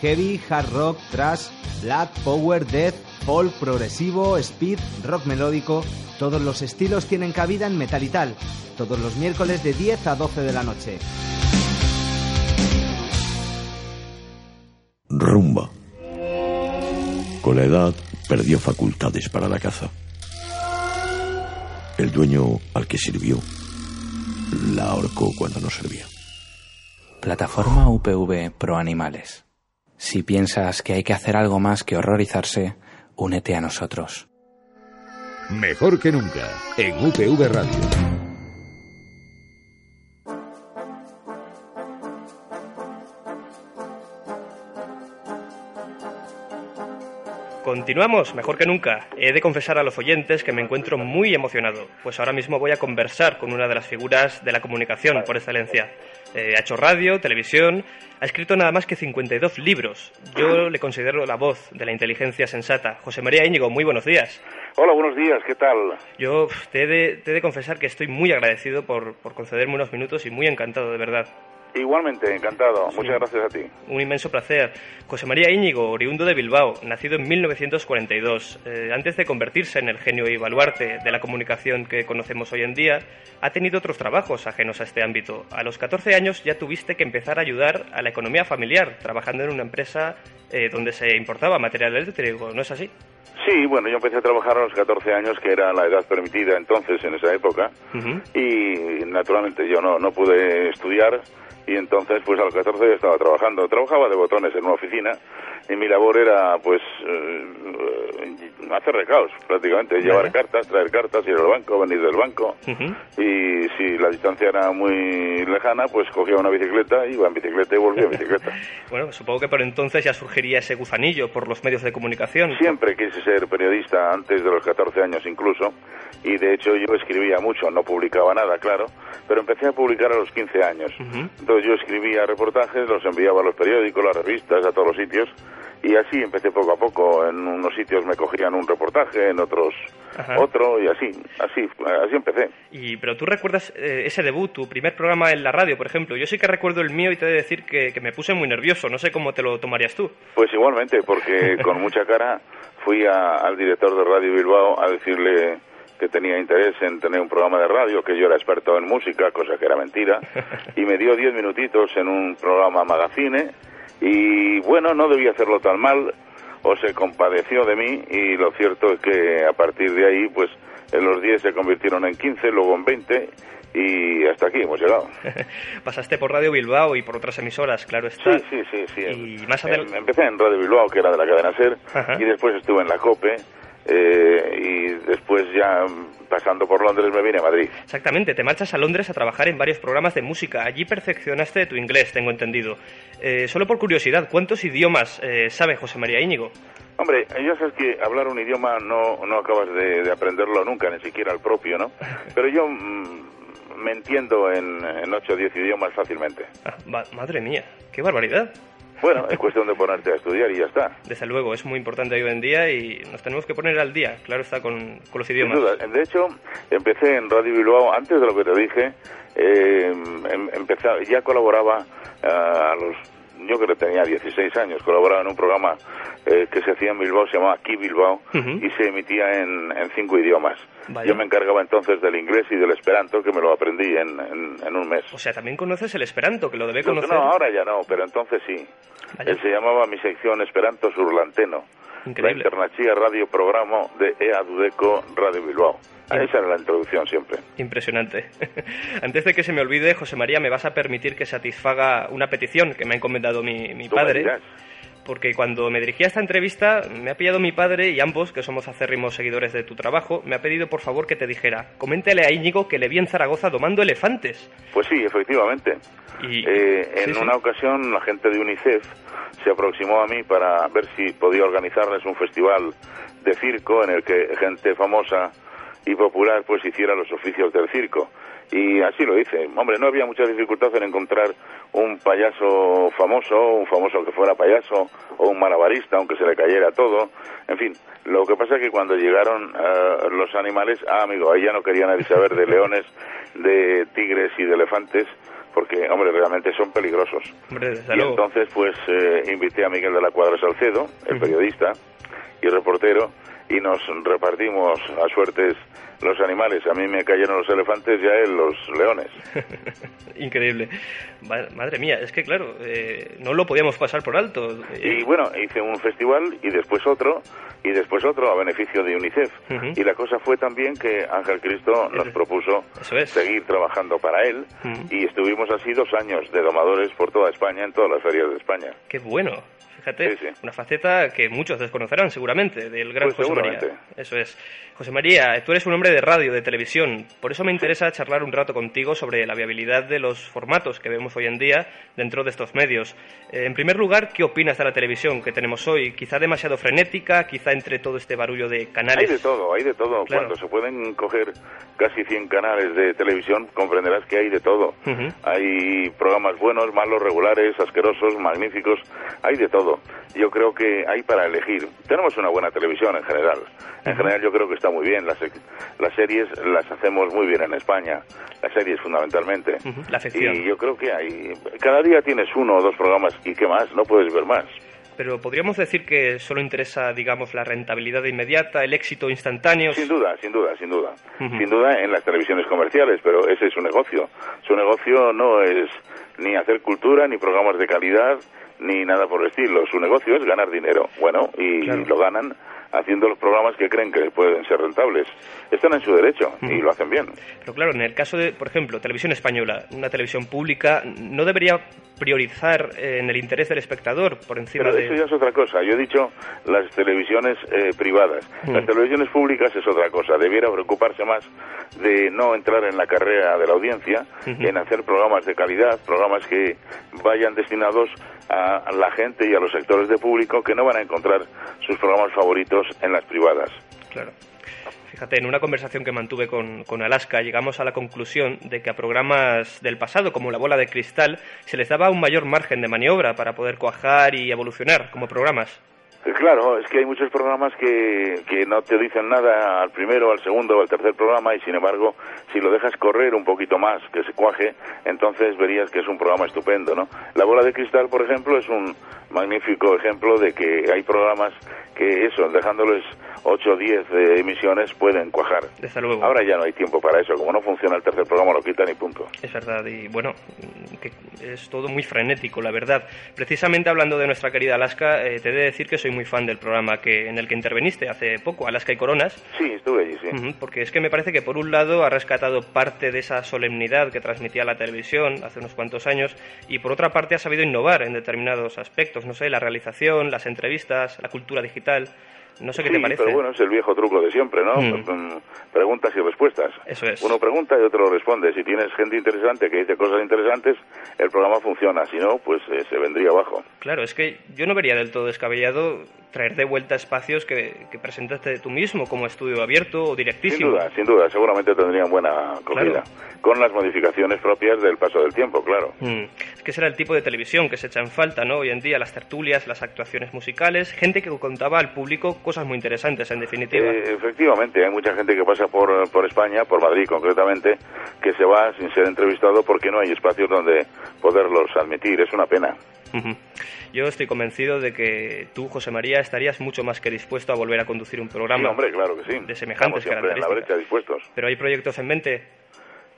Speaker 7: Heavy, hard rock, thrash, black, power, death, folk, progresivo, speed, rock melódico. Todos los estilos tienen cabida en Metal y Tal. Todos los miércoles de 10 a 12 de la noche.
Speaker 15: Rumba. Con la edad perdió facultades para la caza. El dueño al que sirvió la ahorcó cuando no servía.
Speaker 16: Plataforma UPV Pro Animales. Si piensas que hay que hacer algo más que horrorizarse, únete a nosotros.
Speaker 1: Mejor que nunca en UPV Radio.
Speaker 2: Continuamos, mejor que nunca. He de confesar a los oyentes que me encuentro muy emocionado, pues ahora mismo voy a conversar con una de las figuras de la comunicación por excelencia. Eh, ha hecho radio, televisión, ha escrito nada más que 52 libros. Yo le considero la voz de la inteligencia sensata. José María Íñigo, muy buenos días.
Speaker 17: Hola, buenos días, ¿qué tal?
Speaker 2: Yo pf, te he de, te he de confesar que estoy muy agradecido por, por concederme unos minutos y muy encantado, de verdad.
Speaker 17: Igualmente, encantado. Muchas gracias a ti.
Speaker 2: Un inmenso placer. José María Íñigo, oriundo de Bilbao, nacido en 1942. Eh, antes de convertirse en el genio y baluarte de la comunicación que conocemos hoy en día, ha tenido otros trabajos ajenos a este ámbito. A los 14 años ya tuviste que empezar a ayudar a la economía familiar, trabajando en una empresa eh, donde se importaba material eléctrico, ¿no es así?
Speaker 17: Sí, bueno, yo empecé a trabajar a los 14 años, que era la edad permitida entonces, en esa época, y naturalmente yo no, no pude estudiar, y entonces pues a los 14 ya estaba trabajando. Trabajaba de botones en una oficina, y mi labor era pues eh, eh, hacer recados prácticamente, llevar cartas, traer cartas, ir al banco, venir del banco, y si la distancia era muy lejana, pues cogía una bicicleta, iba en bicicleta y volvía en bicicleta.
Speaker 2: Bueno, supongo que por entonces ya surgiría ese gusanillo por los medios de comunicación.
Speaker 17: Siempre quise ser periodista, antes de los 14 años incluso, y de hecho yo escribía mucho, no publicaba nada, claro, pero empecé a publicar a los 15 años. Entonces yo escribía reportajes, los enviaba a los periódicos, las revistas, a todos los sitios, y así empecé poco a poco. En unos sitios me cogían un reportaje, en otros
Speaker 2: Ajá.
Speaker 17: otro, y así, así, así empecé.
Speaker 2: Y, pero tú recuerdas eh, ese debut, tu primer programa en la radio, por ejemplo. Yo sí que recuerdo el mío y te he de decir que, que me puse muy nervioso. No sé cómo te lo tomarías tú.
Speaker 17: Pues igualmente, porque con mucha cara fui a- al director de Radio Bilbao a decirle que tenía interés en tener un programa de radio, que yo era experto en música, cosa que era mentira, y me dio diez minutitos en un programa magazine, y bueno, no debía hacerlo tan mal, o se compadeció de mí, y lo cierto es que a partir de ahí, pues en los 10 se convirtieron en 15, luego en 20 y hasta aquí hemos llegado.
Speaker 2: Pasaste por Radio Bilbao y por otras emisoras, claro está.
Speaker 17: Sí, sí, sí. sí.
Speaker 2: Y más
Speaker 17: Em-
Speaker 2: adelante...
Speaker 17: Empecé en Radio Bilbao, que era de la cadena SER,
Speaker 2: Ajá.
Speaker 17: y después estuve en la COPE, eh, y después ya mm, pasando por Londres me vine a Madrid.
Speaker 2: Exactamente, te marchas a Londres a trabajar en varios programas de música. Allí perfeccionaste tu inglés, tengo entendido. Eh, solo por curiosidad, ¿cuántos idiomas eh, sabe José María Íñigo?
Speaker 17: Hombre, ya sabes que hablar un idioma no, no acabas de, de aprenderlo nunca, ni siquiera el propio, ¿no? Pero yo mm, me entiendo en, en 8 o 10 idiomas fácilmente.
Speaker 2: Ah, ma- madre mía, qué barbaridad.
Speaker 17: Bueno, es cuestión de ponerte a estudiar y ya está.
Speaker 2: Desde luego, es muy importante hoy en día y nos tenemos que poner al día, claro está, con, con los
Speaker 17: Sin
Speaker 2: idiomas.
Speaker 17: duda. De hecho, empecé en Radio Bilbao antes de lo que te dije. eh, em- empezaba- ya colaboraba eh, a los. Yo creo que tenía 16 años. Colaboraba en un programa eh, que se hacía en Bilbao, se llamaba Aquí Bilbao, y se emitía en, en cinco idiomas.
Speaker 2: Vaya.
Speaker 17: Yo me encargaba entonces del inglés y del esperanto, que me lo aprendí en, en- en un mes.
Speaker 2: O sea, también conoces el esperanto, que lo debe
Speaker 17: No,
Speaker 2: conocer.
Speaker 17: no, ahora ya no, pero entonces sí.
Speaker 2: Vaya.
Speaker 17: Él se llamaba mi sección Esperanto Surlanteno.
Speaker 2: Increíble.
Speaker 17: La Internachía Radio Programa de EA Dudeco Radio Bilbao. Esa era la introducción siempre.
Speaker 2: Impresionante. Antes de que se me olvide, José María, me vas a permitir que satisfaga una petición que me ha encomendado mi, mi
Speaker 17: Tú me
Speaker 2: padre.
Speaker 17: dirás.
Speaker 2: Porque cuando me dirigí a esta entrevista, me ha pillado mi padre y ambos, que somos acérrimos seguidores de tu trabajo, me ha pedido por favor que te dijera, coméntale a Íñigo que le vi en Zaragoza domando elefantes.
Speaker 17: Pues sí, efectivamente. Eh, en
Speaker 2: sí, sí.
Speaker 17: una ocasión la gente de UNICEF se aproximó a mí para ver si podía organizarles un festival de circo en el que gente famosa y popular pues hiciera los oficios del circo. Y así lo hice. Hombre, no había mucha dificultad en encontrar un payaso famoso, un famoso que fuera payaso, o un malabarista, aunque se le cayera todo. En fin, lo que pasa es que cuando llegaron eh, los animales, ah, amigo, ahí ya no quería nadie saber de leones, de tigres y de elefantes, porque, hombre, realmente son peligrosos.
Speaker 2: Hombre, desde
Speaker 17: Y
Speaker 2: luego.
Speaker 17: entonces, pues, eh, invité a Miguel de la Cuadra Salcedo, el periodista y reportero, y nos repartimos a suertes los animales. A mí me cayeron los elefantes y a él los leones.
Speaker 2: Increíble. Va- Madre mía, es que claro, eh, no lo podíamos pasar por alto. Eh,
Speaker 17: Y bueno, hice un festival y después otro, y después otro a beneficio de UNICEF.
Speaker 2: Ujú.
Speaker 17: Y la cosa fue también que Ángel Cristo nos propuso seguir trabajando para él,
Speaker 2: Ujú.
Speaker 17: y estuvimos así dos años de domadores por toda España, en todas las ferias de España.
Speaker 2: Qué bueno. Fíjate, una faceta que muchos desconocerán seguramente del gran
Speaker 17: Pues
Speaker 2: José María.
Speaker 17: seguramente.
Speaker 2: Eso es. José María, tú eres un hombre de radio, de televisión. Por eso me interesa charlar un rato contigo sobre la viabilidad de los formatos que vemos hoy en día dentro de estos medios. Eh, en primer lugar, ¿qué opinas de la televisión que tenemos hoy? Quizá demasiado frenética, quizá entre todo este barullo de canales.
Speaker 17: Hay de todo, hay de todo.
Speaker 2: Claro.
Speaker 17: Cuando se pueden coger casi 100 canales de televisión, comprenderás que hay de todo.
Speaker 2: Ujú.
Speaker 17: Hay programas buenos, malos, regulares, asquerosos, magníficos, hay de todo. Yo creo que hay para elegir. Tenemos una buena televisión en general. En general yo creo que está muy bien. Las, ex- las series las hacemos muy bien en España. Las series fundamentalmente.
Speaker 2: Ujú, La ficción.
Speaker 17: Y yo creo que hay... Cada día tienes uno o dos programas y qué más, no puedes ver más.
Speaker 2: Pero podríamos decir que solo interesa, digamos, la rentabilidad inmediata, el éxito instantáneo.
Speaker 17: Sin duda, sin duda, sin duda.
Speaker 2: Ujú.
Speaker 17: Sin duda en las televisiones comerciales, pero ese es su negocio. Su negocio no es ni hacer cultura, ni programas de calidad, ni nada por el estilo. Su negocio es ganar dinero. Bueno, y lo ganan haciendo los programas que creen que pueden ser rentables. Están en su derecho y lo hacen bien.
Speaker 2: Pero claro, en el caso de, por ejemplo, televisión española, una televisión pública, no debería priorizar eh, en el interés del espectador por encima
Speaker 17: Pero
Speaker 2: de...
Speaker 17: eso ya es otra cosa. Yo he dicho las televisiones eh, privadas. Las televisiones públicas es otra cosa. Debiera preocuparse más de no entrar en la carrera de la audiencia,
Speaker 18: Ujú.
Speaker 17: en hacer programas de calidad, programas que vayan destinados a la gente y a los sectores de público que no van a encontrar sus programas favoritos en las privadas.
Speaker 2: Claro. Fíjate, en una conversación que mantuve con, con Alaska llegamos a la conclusión de que a programas del pasado, como La Bola de Cristal, se les daba un mayor margen de maniobra para poder cuajar y evolucionar como programas.
Speaker 17: Eh, Claro, es que hay muchos programas que, que no te dicen nada al primero, al segundo o al tercer programa y sin embargo, si lo dejas correr un poquito más, que se cuaje, entonces verías que es un programa estupendo, ¿no? La bola de cristal, por ejemplo, es un magnífico ejemplo de que hay programas que eso, dejándoles 8 o 10 eh, emisiones pueden cuajar.
Speaker 2: Desde luego.
Speaker 17: Ahora ya no hay tiempo para eso. Como no funciona el tercer programa, lo quitan y punto.
Speaker 2: Es verdad, y bueno, que es todo muy frenético, la verdad. Precisamente hablando de nuestra querida Alaska, eh, te he de decir que soy muy fan del programa que, en el que interveniste hace poco, Alaska y Coronas.
Speaker 17: Sí, estuve allí, sí.
Speaker 2: Ujú, Porque es que me parece que por un lado ha rescatado parte de esa solemnidad que transmitía la televisión hace unos cuantos años y por otra parte ha sabido innovar en determinados aspectos, no sé, la realización, las entrevistas, la cultura digital, no sé qué
Speaker 17: Sí,
Speaker 2: te parece.
Speaker 17: pero bueno, es el viejo truco de siempre, ¿no?
Speaker 2: Mm.
Speaker 17: Mm, Preguntas y respuestas.
Speaker 2: Eso es.
Speaker 17: Uno pregunta y otro responde. Si tienes gente interesante que dice cosas interesantes, el programa funciona. Si no, pues eh, se vendría abajo.
Speaker 2: Claro, es que yo no vería del todo descabellado traer de vuelta espacios que, que presentaste tú mismo como estudio abierto o
Speaker 17: Sin
Speaker 2: directísimo.
Speaker 17: duda, sin duda. Seguramente tendrían buena acogida. Con las modificaciones propias del paso del tiempo, claro.
Speaker 2: Mm, Es que ese era el tipo de televisión que se echa en falta, ¿no? Hoy en día, las tertulias, las actuaciones musicales, gente que contaba al público cosas muy interesantes, en definitiva.
Speaker 17: Eh, efectivamente, hay mucha gente que pasa por, por España, por Madrid concretamente, que se va sin ser entrevistado porque no hay espacios donde poderlos admitir. Es una pena.
Speaker 2: Ujú. Yo estoy convencido de que tú, José María, estarías mucho más que dispuesto a volver a conducir un programa.
Speaker 17: Sí, hombre, claro que sí.
Speaker 2: De
Speaker 17: Estamos
Speaker 2: semejantes
Speaker 17: siempre en la brecha
Speaker 2: características.
Speaker 17: dispuestos.
Speaker 2: Pero hay proyectos en mente,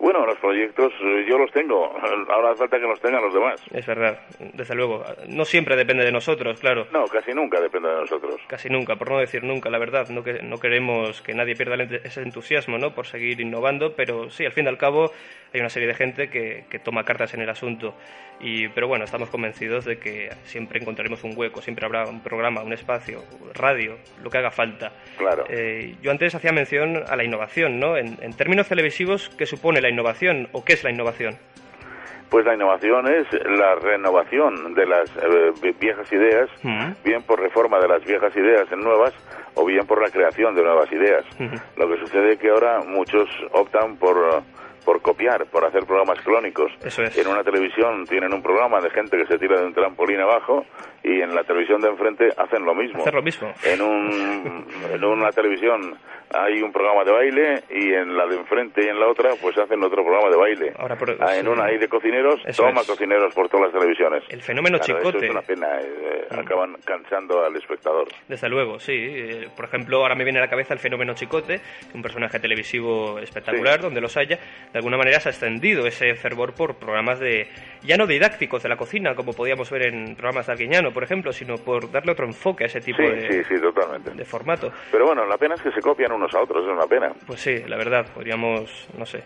Speaker 17: Bueno, los proyectos eh, yo los tengo. Ahora hace falta que los tengan los demás.
Speaker 2: es verdad, desde luego. No siempre depende de nosotros, claro.
Speaker 17: No, casi nunca depende de nosotros.
Speaker 2: Casi nunca, por no decir nunca, la verdad. No, que, no queremos que nadie pierda el ent- ese entusiasmo ¿no? por seguir innovando, pero sí, al fin y al cabo hay una serie de gente que, que toma cartas en el asunto. Y, pero bueno, estamos convencidos de que siempre encontraremos un hueco, siempre habrá un programa, un espacio, radio, lo que haga falta.
Speaker 17: Claro.
Speaker 2: Eh, yo antes hacía mención a la innovación, ¿no? En, en términos televisivos, ¿qué supone la innovación o qué es la innovación?
Speaker 17: Pues la innovación es la renovación de las eh, vi- viejas ideas, bien por reforma de las viejas ideas en nuevas o bien por la creación de nuevas ideas. Lo que sucede es que ahora muchos optan por, eh, por copiar, por hacer programas clónicos.
Speaker 2: Eso es.
Speaker 17: En una televisión tienen un programa de gente que se tira de un trampolín abajo y en la televisión de enfrente hacen lo mismo.
Speaker 2: Hacer lo mismo.
Speaker 17: En, un, en una televisión hay un programa de baile y en la de enfrente y en la otra pues hacen otro programa de baile.
Speaker 2: Ahora, por-
Speaker 17: Ah, en una hay de cocineros,
Speaker 2: Eso
Speaker 17: toma
Speaker 2: es.
Speaker 17: cocineros por todas las televisiones.
Speaker 2: El fenómeno
Speaker 17: Claro, eso
Speaker 2: chicote. Mm.
Speaker 17: es una pena, eh, eh, acaban cansando al espectador.
Speaker 2: Desde luego, sí. Eh, Por ejemplo, ahora me viene a la cabeza el fenómeno Chicote, un personaje televisivo espectacular,
Speaker 17: Sí.
Speaker 2: donde los haya. De alguna manera se ha extendido ese fervor por programas de ya no didácticos de la cocina, como podíamos ver en programas de Arguiñano, por ejemplo, sino por darle otro enfoque a ese tipo
Speaker 17: Sí,
Speaker 2: de,
Speaker 17: sí, sí, totalmente.
Speaker 2: de formato.
Speaker 17: Pero bueno, la pena es que se copian unos a otros, es una pena.
Speaker 2: Pues sí, la verdad, podríamos, no sé,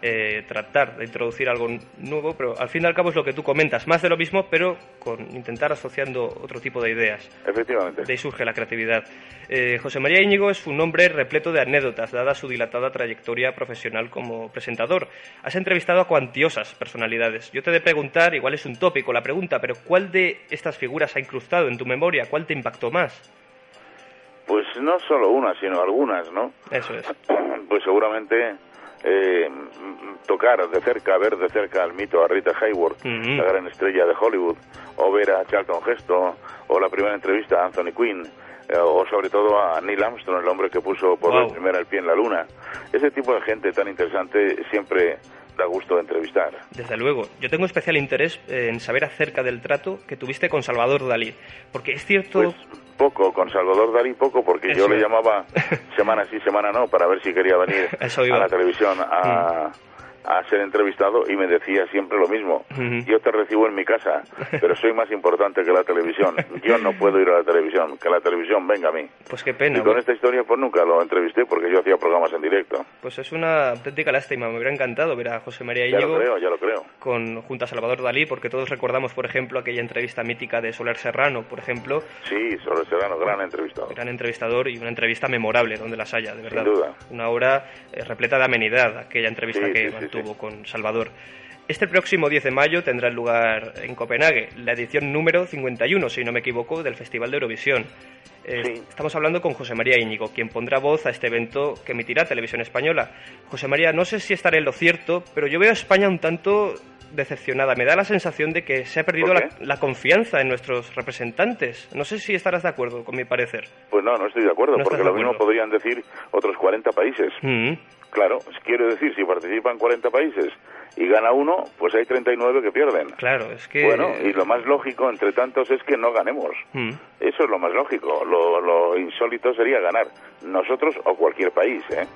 Speaker 2: eh, tratar de introducir algo nuevo, pero al fin y al cabo es lo que tú comentas, más de lo mismo, pero con intentar asociando otro tipo de ideas.
Speaker 17: Efectivamente.
Speaker 2: De ahí surge la creatividad. Eh, José María Íñigo es un hombre repleto de anécdotas, dada su dilatada trayectoria profesional como presentador. Has entrevistado a cuantiosas personalidades. Yo te he de preguntar, igual es un tópico la pregunta, pero ¿cuál de estas figuras ha incrustado en tu memoria? ¿Cuál te impactó más?
Speaker 17: Pues no solo unas, sino algunas, ¿no?
Speaker 2: Eso es.
Speaker 17: Pues seguramente eh, m- tocar de cerca, ver de cerca al mito a Rita Hayworth,
Speaker 2: Mm.
Speaker 17: la gran estrella de Hollywood, o ver a Charlton Heston, o la primera entrevista a Anthony Quinn, eh, o sobre todo a Neil Armstrong, el hombre que puso por
Speaker 2: Wow.
Speaker 17: vez primera el pie en la luna. Ese tipo de gente tan interesante siempre da gusto de entrevistar.
Speaker 2: Desde luego, yo tengo especial interés eh, en saber acerca del trato que tuviste con Salvador Dalí, porque es cierto...
Speaker 17: Pues, Poco, con Salvador Dalí poco, porque
Speaker 2: Eso
Speaker 17: yo le
Speaker 2: es.
Speaker 17: llamaba semana sí, semana no, para ver si quería venir
Speaker 2: Eso iba.
Speaker 17: a la televisión a, a ser entrevistado y me decía siempre lo mismo.
Speaker 2: Ujú.
Speaker 17: Yo te recibo en mi casa, pero soy más importante que la televisión. Yo no puedo ir a la televisión, que la televisión venga a mí.
Speaker 2: Pues qué pena.
Speaker 17: y con esta historia pues nunca lo entrevisté porque yo hacía programas en directo.
Speaker 2: Pues es una auténtica lástima, me hubiera encantado ver a José María
Speaker 17: Ya
Speaker 2: Íñigo
Speaker 17: lo creo, ya lo creo.
Speaker 2: con junto a Salvador Dalí, porque todos recordamos, por ejemplo, aquella entrevista mítica de Soler Serrano, por ejemplo,
Speaker 17: Sí, sobre Serrano, gran entrevistado.
Speaker 2: gran entrevistador y una entrevista memorable donde las haya, de verdad.
Speaker 17: duda.
Speaker 2: Una obra eh, repleta de amenidad, aquella entrevista
Speaker 17: Sí,
Speaker 2: que
Speaker 17: sí, sí,
Speaker 2: mantuvo con Salvador. Este próximo 10 de mayo tendrá lugar en Copenhague la edición número 51, si no me equivoco, del Festival de Eurovisión. Eh, Estamos hablando con José María Íñigo, quien pondrá voz a este evento que emitirá Televisión Española. José María, no sé si estaré en lo cierto, pero yo veo a España un tanto decepcionada. Me da la sensación de que se ha perdido
Speaker 17: ¿Por
Speaker 2: la, la confianza en nuestros representantes. No sé si estarás de acuerdo con mi parecer.
Speaker 17: Pues no, no estoy de acuerdo,
Speaker 2: No estás
Speaker 17: porque
Speaker 2: de
Speaker 17: lo mismo
Speaker 2: acuerdo.
Speaker 17: podrían decir otros 40 países.
Speaker 2: Mm,
Speaker 17: Claro, quiero decir, si participan 40 países y gana uno, pues hay 39 que pierden.
Speaker 2: Claro, es que...
Speaker 17: Bueno, y lo más lógico entre tantos es que no ganemos.
Speaker 2: Mm.
Speaker 17: Eso es lo más lógico. Lo, lo insólito sería ganar nosotros o cualquier país, ¿eh?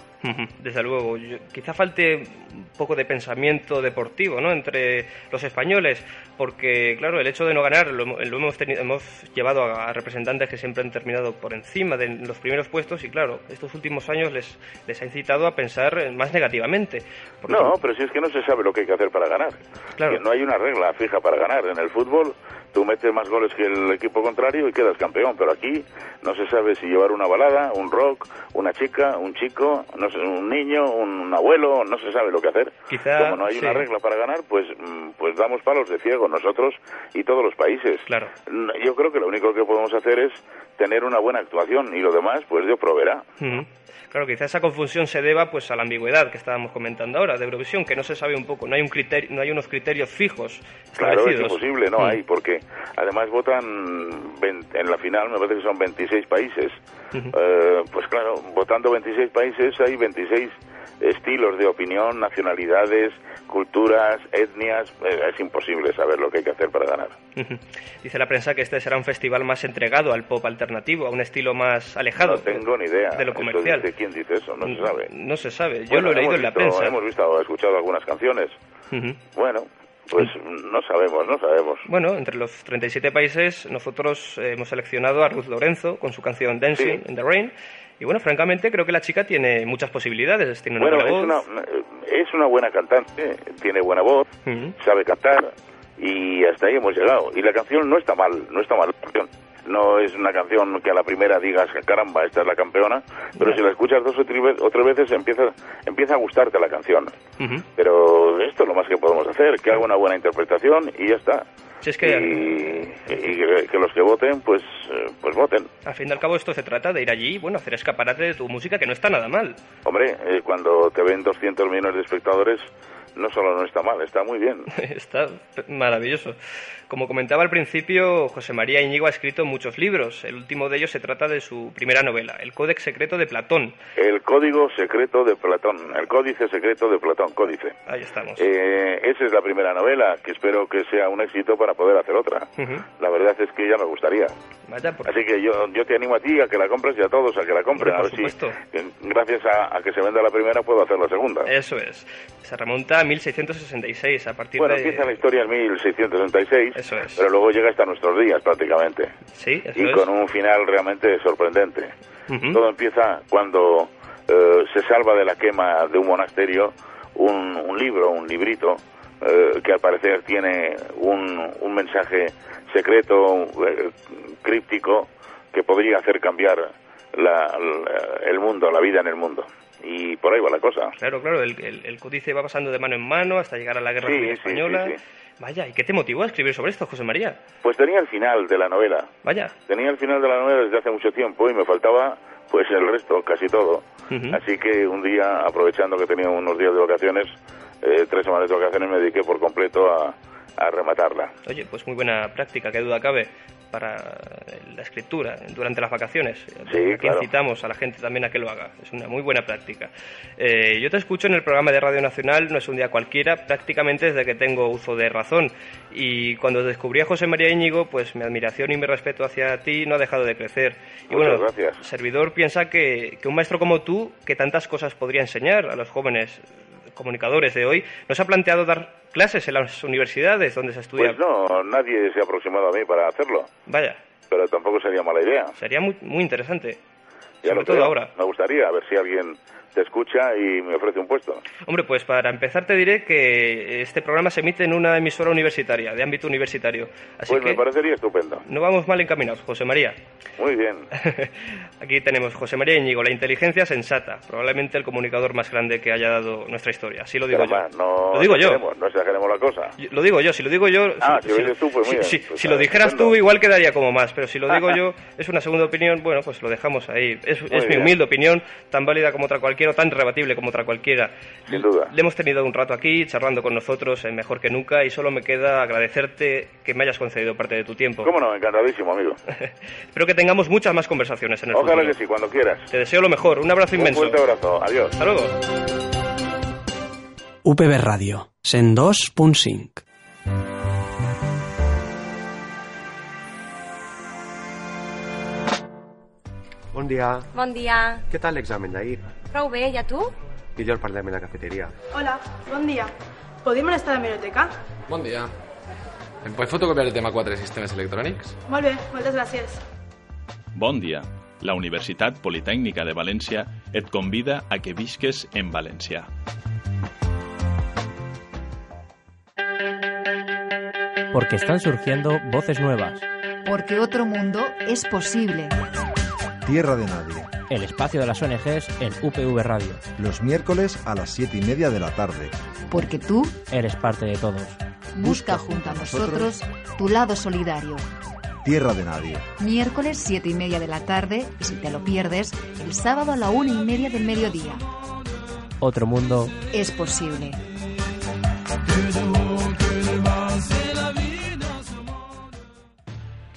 Speaker 2: Desde luego, Yo- quizá falte un poco de pensamiento deportivo ¿no? entre los españoles, porque claro, el hecho de no ganar lo, hemo- lo hemos, tenido, hemos llevado a, a representantes que siempre han terminado por encima de los primeros puestos y claro, estos últimos años les, les ha incitado a pensar eh, más negativamente. Porque-
Speaker 17: No, pero si es que no se sabe lo que hay que hacer para ganar.
Speaker 2: Claro.
Speaker 17: Que no hay una regla fija para ganar. En el fútbol tú metes más goles que el equipo contrario y quedas campeón, pero aquí no se sabe si llevar una balada, un rock, una chica, un chico, no sé, un niño, un abuelo, no se sabe lo que hacer.
Speaker 2: Quizá,
Speaker 17: Como no hay una
Speaker 2: Ah, sí.
Speaker 17: regla para ganar, pues mm, pues damos palos de ciego nosotros y todos los países.
Speaker 2: Claro.
Speaker 17: N- Yo creo que lo único que podemos hacer es tener una buena actuación y lo demás pues Dios proveerá.
Speaker 2: Ujú. Claro, quizá esa confusión se deba pues a la ambigüedad que estábamos comentando ahora de Eurovisión, que no se sabe un poco, no hay un criterio, no hay unos criterios fijos
Speaker 17: Claro, es
Speaker 2: establecidos.
Speaker 17: imposible, no
Speaker 2: Mm.
Speaker 17: hay, porque además votan 20 en la final, me parece que son 26 países. Eh, pues claro, votando 26 países hay 26 estilos de opinión, nacionalidades, culturas, etnias. Eh, es imposible saber lo que hay que hacer para ganar.
Speaker 2: Dice la prensa que este será un festival más entregado al pop alternativo, a un estilo más alejado
Speaker 17: no tengo ni idea.
Speaker 2: de lo
Speaker 17: Esto
Speaker 2: comercial. Mm,
Speaker 17: dice- ¿Quién dice eso? No se sabe.
Speaker 2: No se sabe, yo
Speaker 17: Bueno,
Speaker 2: lo he leído
Speaker 17: hemos
Speaker 2: en la
Speaker 17: visto-
Speaker 2: prensa.
Speaker 17: Hemos visto, escuchado algunas canciones.
Speaker 2: Ujú.
Speaker 17: Bueno, pues no sabemos, no sabemos.
Speaker 2: Bueno, entre los 37 países nosotros eh, hemos seleccionado a Ruth Lorenzo con su canción Dancing
Speaker 17: Sí.
Speaker 2: in the Rain. Y bueno, francamente creo que la chica tiene muchas posibilidades. Tiene una
Speaker 17: Bueno,
Speaker 2: buena
Speaker 17: es una,
Speaker 2: voz.
Speaker 17: es una buena cantante, tiene buena voz,
Speaker 2: Ujú.
Speaker 17: sabe cantar y hasta ahí hemos llegado. Y la canción no está mal, no está mal la canción. No es una canción que a la primera digas, caramba, esta es la campeona, pero si la escuchas dos o tres, ve- o tres veces empieza, empieza a gustarte la canción.
Speaker 2: Ujú.
Speaker 17: Pero esto es lo más que podemos hacer, que haga una buena interpretación y ya está.
Speaker 2: Si es que-
Speaker 17: Y, y que, que los que voten, pues, eh, pues voten.
Speaker 2: Al fin y al cabo esto se trata de ir allí y bueno, hacer escaparate de tu música que no está nada mal.
Speaker 17: Hombre, eh, cuando te ven 200 millones de espectadores, no solo no está mal, está muy bien.
Speaker 2: Está p- maravilloso. Como comentaba al principio, José María Íñigo ha escrito muchos libros. El último de ellos se trata de su primera novela, El Códex Secreto de Platón.
Speaker 17: El código secreto de Platón, el códice secreto de Platón, códice.
Speaker 2: Ahí estamos.
Speaker 17: Eh, esa es la primera novela, que espero que sea un éxito para poder hacer otra.
Speaker 2: Ujú.
Speaker 17: La verdad es que ya me gustaría.
Speaker 2: Vaya, por-
Speaker 17: Así que yo, yo te animo a ti a que la compres y a todos a que la compren.
Speaker 2: Hombre,
Speaker 17: a
Speaker 2: por
Speaker 17: ver si,
Speaker 2: supuesto.
Speaker 17: eh, gracias a, a que se venda la primera, puedo hacer la segunda.
Speaker 2: Eso es. Se remonta a 1666, a partir
Speaker 17: Bueno,
Speaker 2: de...
Speaker 17: empieza la historia en 1666, pero luego llega hasta nuestros días prácticamente.
Speaker 2: Sí, eso
Speaker 17: y
Speaker 2: es. ¿Mm?
Speaker 17: con un final realmente sorprendente.
Speaker 2: Ujú.
Speaker 17: Todo empieza cuando eh, se salva de la quema de un monasterio un, un libro, un librito, eh, que al parecer tiene un, un mensaje secreto, eh, críptico, que podría hacer cambiar la- la- el mundo, la vida en el mundo. Y por ahí va la cosa.
Speaker 2: Claro, claro, el, el- el códice va pasando de mano en mano hasta llegar a la Guerra
Speaker 17: Sí,
Speaker 2: Civil
Speaker 17: sí,
Speaker 2: Española.
Speaker 17: sí, sí.
Speaker 2: Vaya, ¿y qué te motivó a escribir sobre esto, José María?
Speaker 17: Pues tenía el final de la novela.
Speaker 2: Vaya.
Speaker 17: Tenía el final de la novela desde hace mucho tiempo y me faltaba pues el resto, casi todo.
Speaker 2: Ujú.
Speaker 17: Así que un día, aprovechando que tenía unos días de vacaciones, eh, tres semanas de vacaciones, me dediqué por completo a, a rematarla.
Speaker 2: Oye, pues muy buena práctica, qué duda cabe, para la escritura durante las vacaciones. Aquí
Speaker 17: claro.
Speaker 2: incitamos a la gente también a que lo haga. Es una muy buena práctica. Eh, yo te escucho en el programa de Radio Nacional, no es un día cualquiera, prácticamente desde que tengo uso de razón. Y cuando descubrí a José María Íñigo, pues mi admiración y mi respeto hacia ti no ha dejado de crecer. Y
Speaker 17: Muchas
Speaker 2: bueno,
Speaker 17: gracias.
Speaker 2: servidor piensa que, que un maestro como tú, que tantas cosas podría enseñar a los jóvenes comunicadores de hoy, ¿no se ha planteado dar clases en las universidades donde se estudia
Speaker 17: Pues no, nadie se ha aproximado a mí para hacerlo,
Speaker 2: Vaya,
Speaker 17: pero tampoco sería mala idea.
Speaker 2: sería muy, muy interesante.
Speaker 17: Ya
Speaker 2: Sobre
Speaker 17: lo
Speaker 2: todo
Speaker 17: creo.
Speaker 2: ahora.
Speaker 17: Me gustaría, a ver si alguien te escucha y me ofrece un puesto.
Speaker 2: Hombre, pues para empezar te diré que este programa se emite en una emisora universitaria, de ámbito universitario. Así
Speaker 17: pues
Speaker 2: que
Speaker 17: me parecería estupendo.
Speaker 2: no vamos mal encaminados, José María.
Speaker 17: Muy bien.
Speaker 2: Aquí tenemos José María Íñigo, la inteligencia sensata, probablemente el comunicador más grande que haya dado nuestra historia. Así lo digo
Speaker 17: Caramba,
Speaker 2: yo.
Speaker 17: no
Speaker 2: lo digo yo.
Speaker 17: exageremos, no exageremos la cosa.
Speaker 2: Yo- Lo digo yo, si lo digo yo.
Speaker 17: Ah,
Speaker 2: si,
Speaker 17: si lo dices tú, pues
Speaker 2: si-
Speaker 17: mira,
Speaker 2: si-
Speaker 17: pues
Speaker 2: si lo
Speaker 17: está,
Speaker 2: dijeras tú,
Speaker 17: estupendo.
Speaker 2: igual quedaría como más, pero si lo digo yo, es una segunda opinión, bueno, pues lo dejamos ahí. Es, es mi
Speaker 17: bien.
Speaker 2: humilde opinión, tan válida como otra
Speaker 18: arquero tan rebatible como otra cualquiera.
Speaker 17: Sin duda.
Speaker 18: Le hemos tenido un rato aquí charlando con nosotros, eh, mejor que nunca, y solo me queda agradecerte que me hayas concedido parte de tu tiempo.
Speaker 17: ¿Cómo no? Encantadísimo, amigo.
Speaker 18: Espero que tengamos muchas más conversaciones en el
Speaker 17: Ojalá
Speaker 18: futuro.
Speaker 17: que sí, cuando quieras.
Speaker 18: Te deseo lo mejor, un abrazo inmenso.
Speaker 17: Un fuerte abrazo. Adiós.
Speaker 18: Hasta luego.
Speaker 19: UPB Radio, 102.5.
Speaker 20: Bon dia.
Speaker 21: Bon dia.
Speaker 20: Què tal l'examen d'ahir?
Speaker 21: Prou bé, i a tu?
Speaker 20: Millor parlem a la cafeteria.
Speaker 22: Hola, bon dia. Podem anar a estar a la biblioteca?
Speaker 23: Bon dia. Em pots fotocopiar el tema 4 sistemes electrònics?
Speaker 22: Molt bé, moltes gràcies.
Speaker 24: Bon dia. La Universitat Politècnica de València et convida a que visques en València.
Speaker 25: Porque están surgiendo voces nuevas.
Speaker 8: Porque otro mundo es posible.
Speaker 26: Tierra de Nadie,
Speaker 25: El espacio de las ONGs en UPV Radio.
Speaker 26: los miércoles a las 7 y media de la tarde.
Speaker 8: Porque tú
Speaker 25: Eres parte de todos.
Speaker 8: busca junto a nosotros tu lado solidario.
Speaker 26: Tierra de Nadie.
Speaker 8: Miércoles 7 y media de la tarde y si te lo pierdes, el sábado a la 1 y media del mediodía.
Speaker 25: Otro mundo.
Speaker 8: Es posible.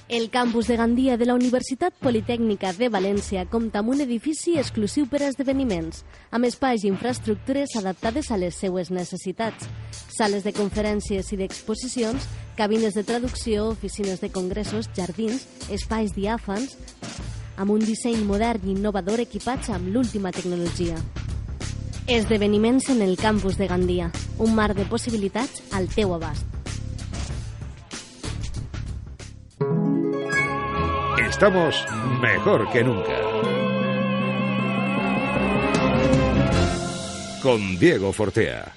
Speaker 27: El campus de Gandia de la Universitat Politècnica de València compta amb un edifici exclusiu per a esdeveniments, amb espais i infraestructures adaptades a les seues necessitats, sales de conferències i d'exposicions, cabines de traducció, oficines de congressos, jardins, espais diàfans, amb un disseny modern i innovador equipats amb l'última tecnologia. Esdeveniments en el campus de Gandia, un mar de possibilitats al teu abast.
Speaker 1: Estamos mejor que nunca. Con Diego Fortea.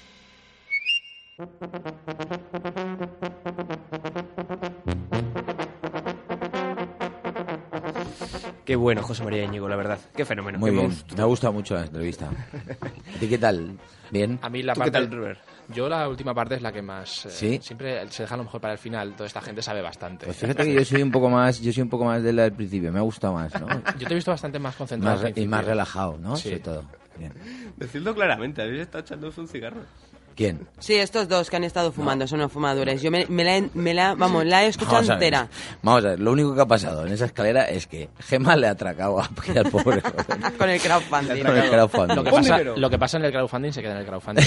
Speaker 2: Qué bueno, José María Íñigo, la verdad. Qué fenómeno.
Speaker 6: Muy
Speaker 2: Qué
Speaker 6: bien,
Speaker 2: monstruo.
Speaker 6: me ha gustado mucho la entrevista. ¿A ti qué tal? ¿Bien?
Speaker 9: A mí la
Speaker 6: ¿Tú qué
Speaker 9: parte
Speaker 6: tal?
Speaker 9: del- Yo la última parte es la que más... eh,
Speaker 6: ¿Sí?
Speaker 9: Siempre se deja a lo mejor para el final. Toda esta gente sabe bastante.
Speaker 6: Pues fíjate que yo soy un poco más, yo soy un poco más de la del principio, me ha gustado más, ¿no?
Speaker 9: Yo te he visto bastante más concentrado.
Speaker 6: Más
Speaker 9: al
Speaker 6: re- y más
Speaker 9: principio.
Speaker 6: relajado, ¿no?
Speaker 9: Sí.
Speaker 6: Sobre todo. Bien.
Speaker 2: Decidlo claramente, habéis estado echándose un cigarro.
Speaker 6: ¿Quién?
Speaker 3: Sí, estos dos que han estado fumando son unos fumadores. Yo me, me la, he- me la- vamos, la he escuchado
Speaker 6: Vamos a, ver,
Speaker 3: entera.
Speaker 6: vamos a ver, lo único que ha pasado en esa escalera es que Gemma le ha atracado a al pobre joven.
Speaker 3: Con el crowdfunding.
Speaker 6: Con el crowdfunding.
Speaker 9: Lo que,
Speaker 6: Pon
Speaker 9: pasa,
Speaker 6: dinero.
Speaker 9: lo que pasa en el crowdfunding se queda en el crowdfunding.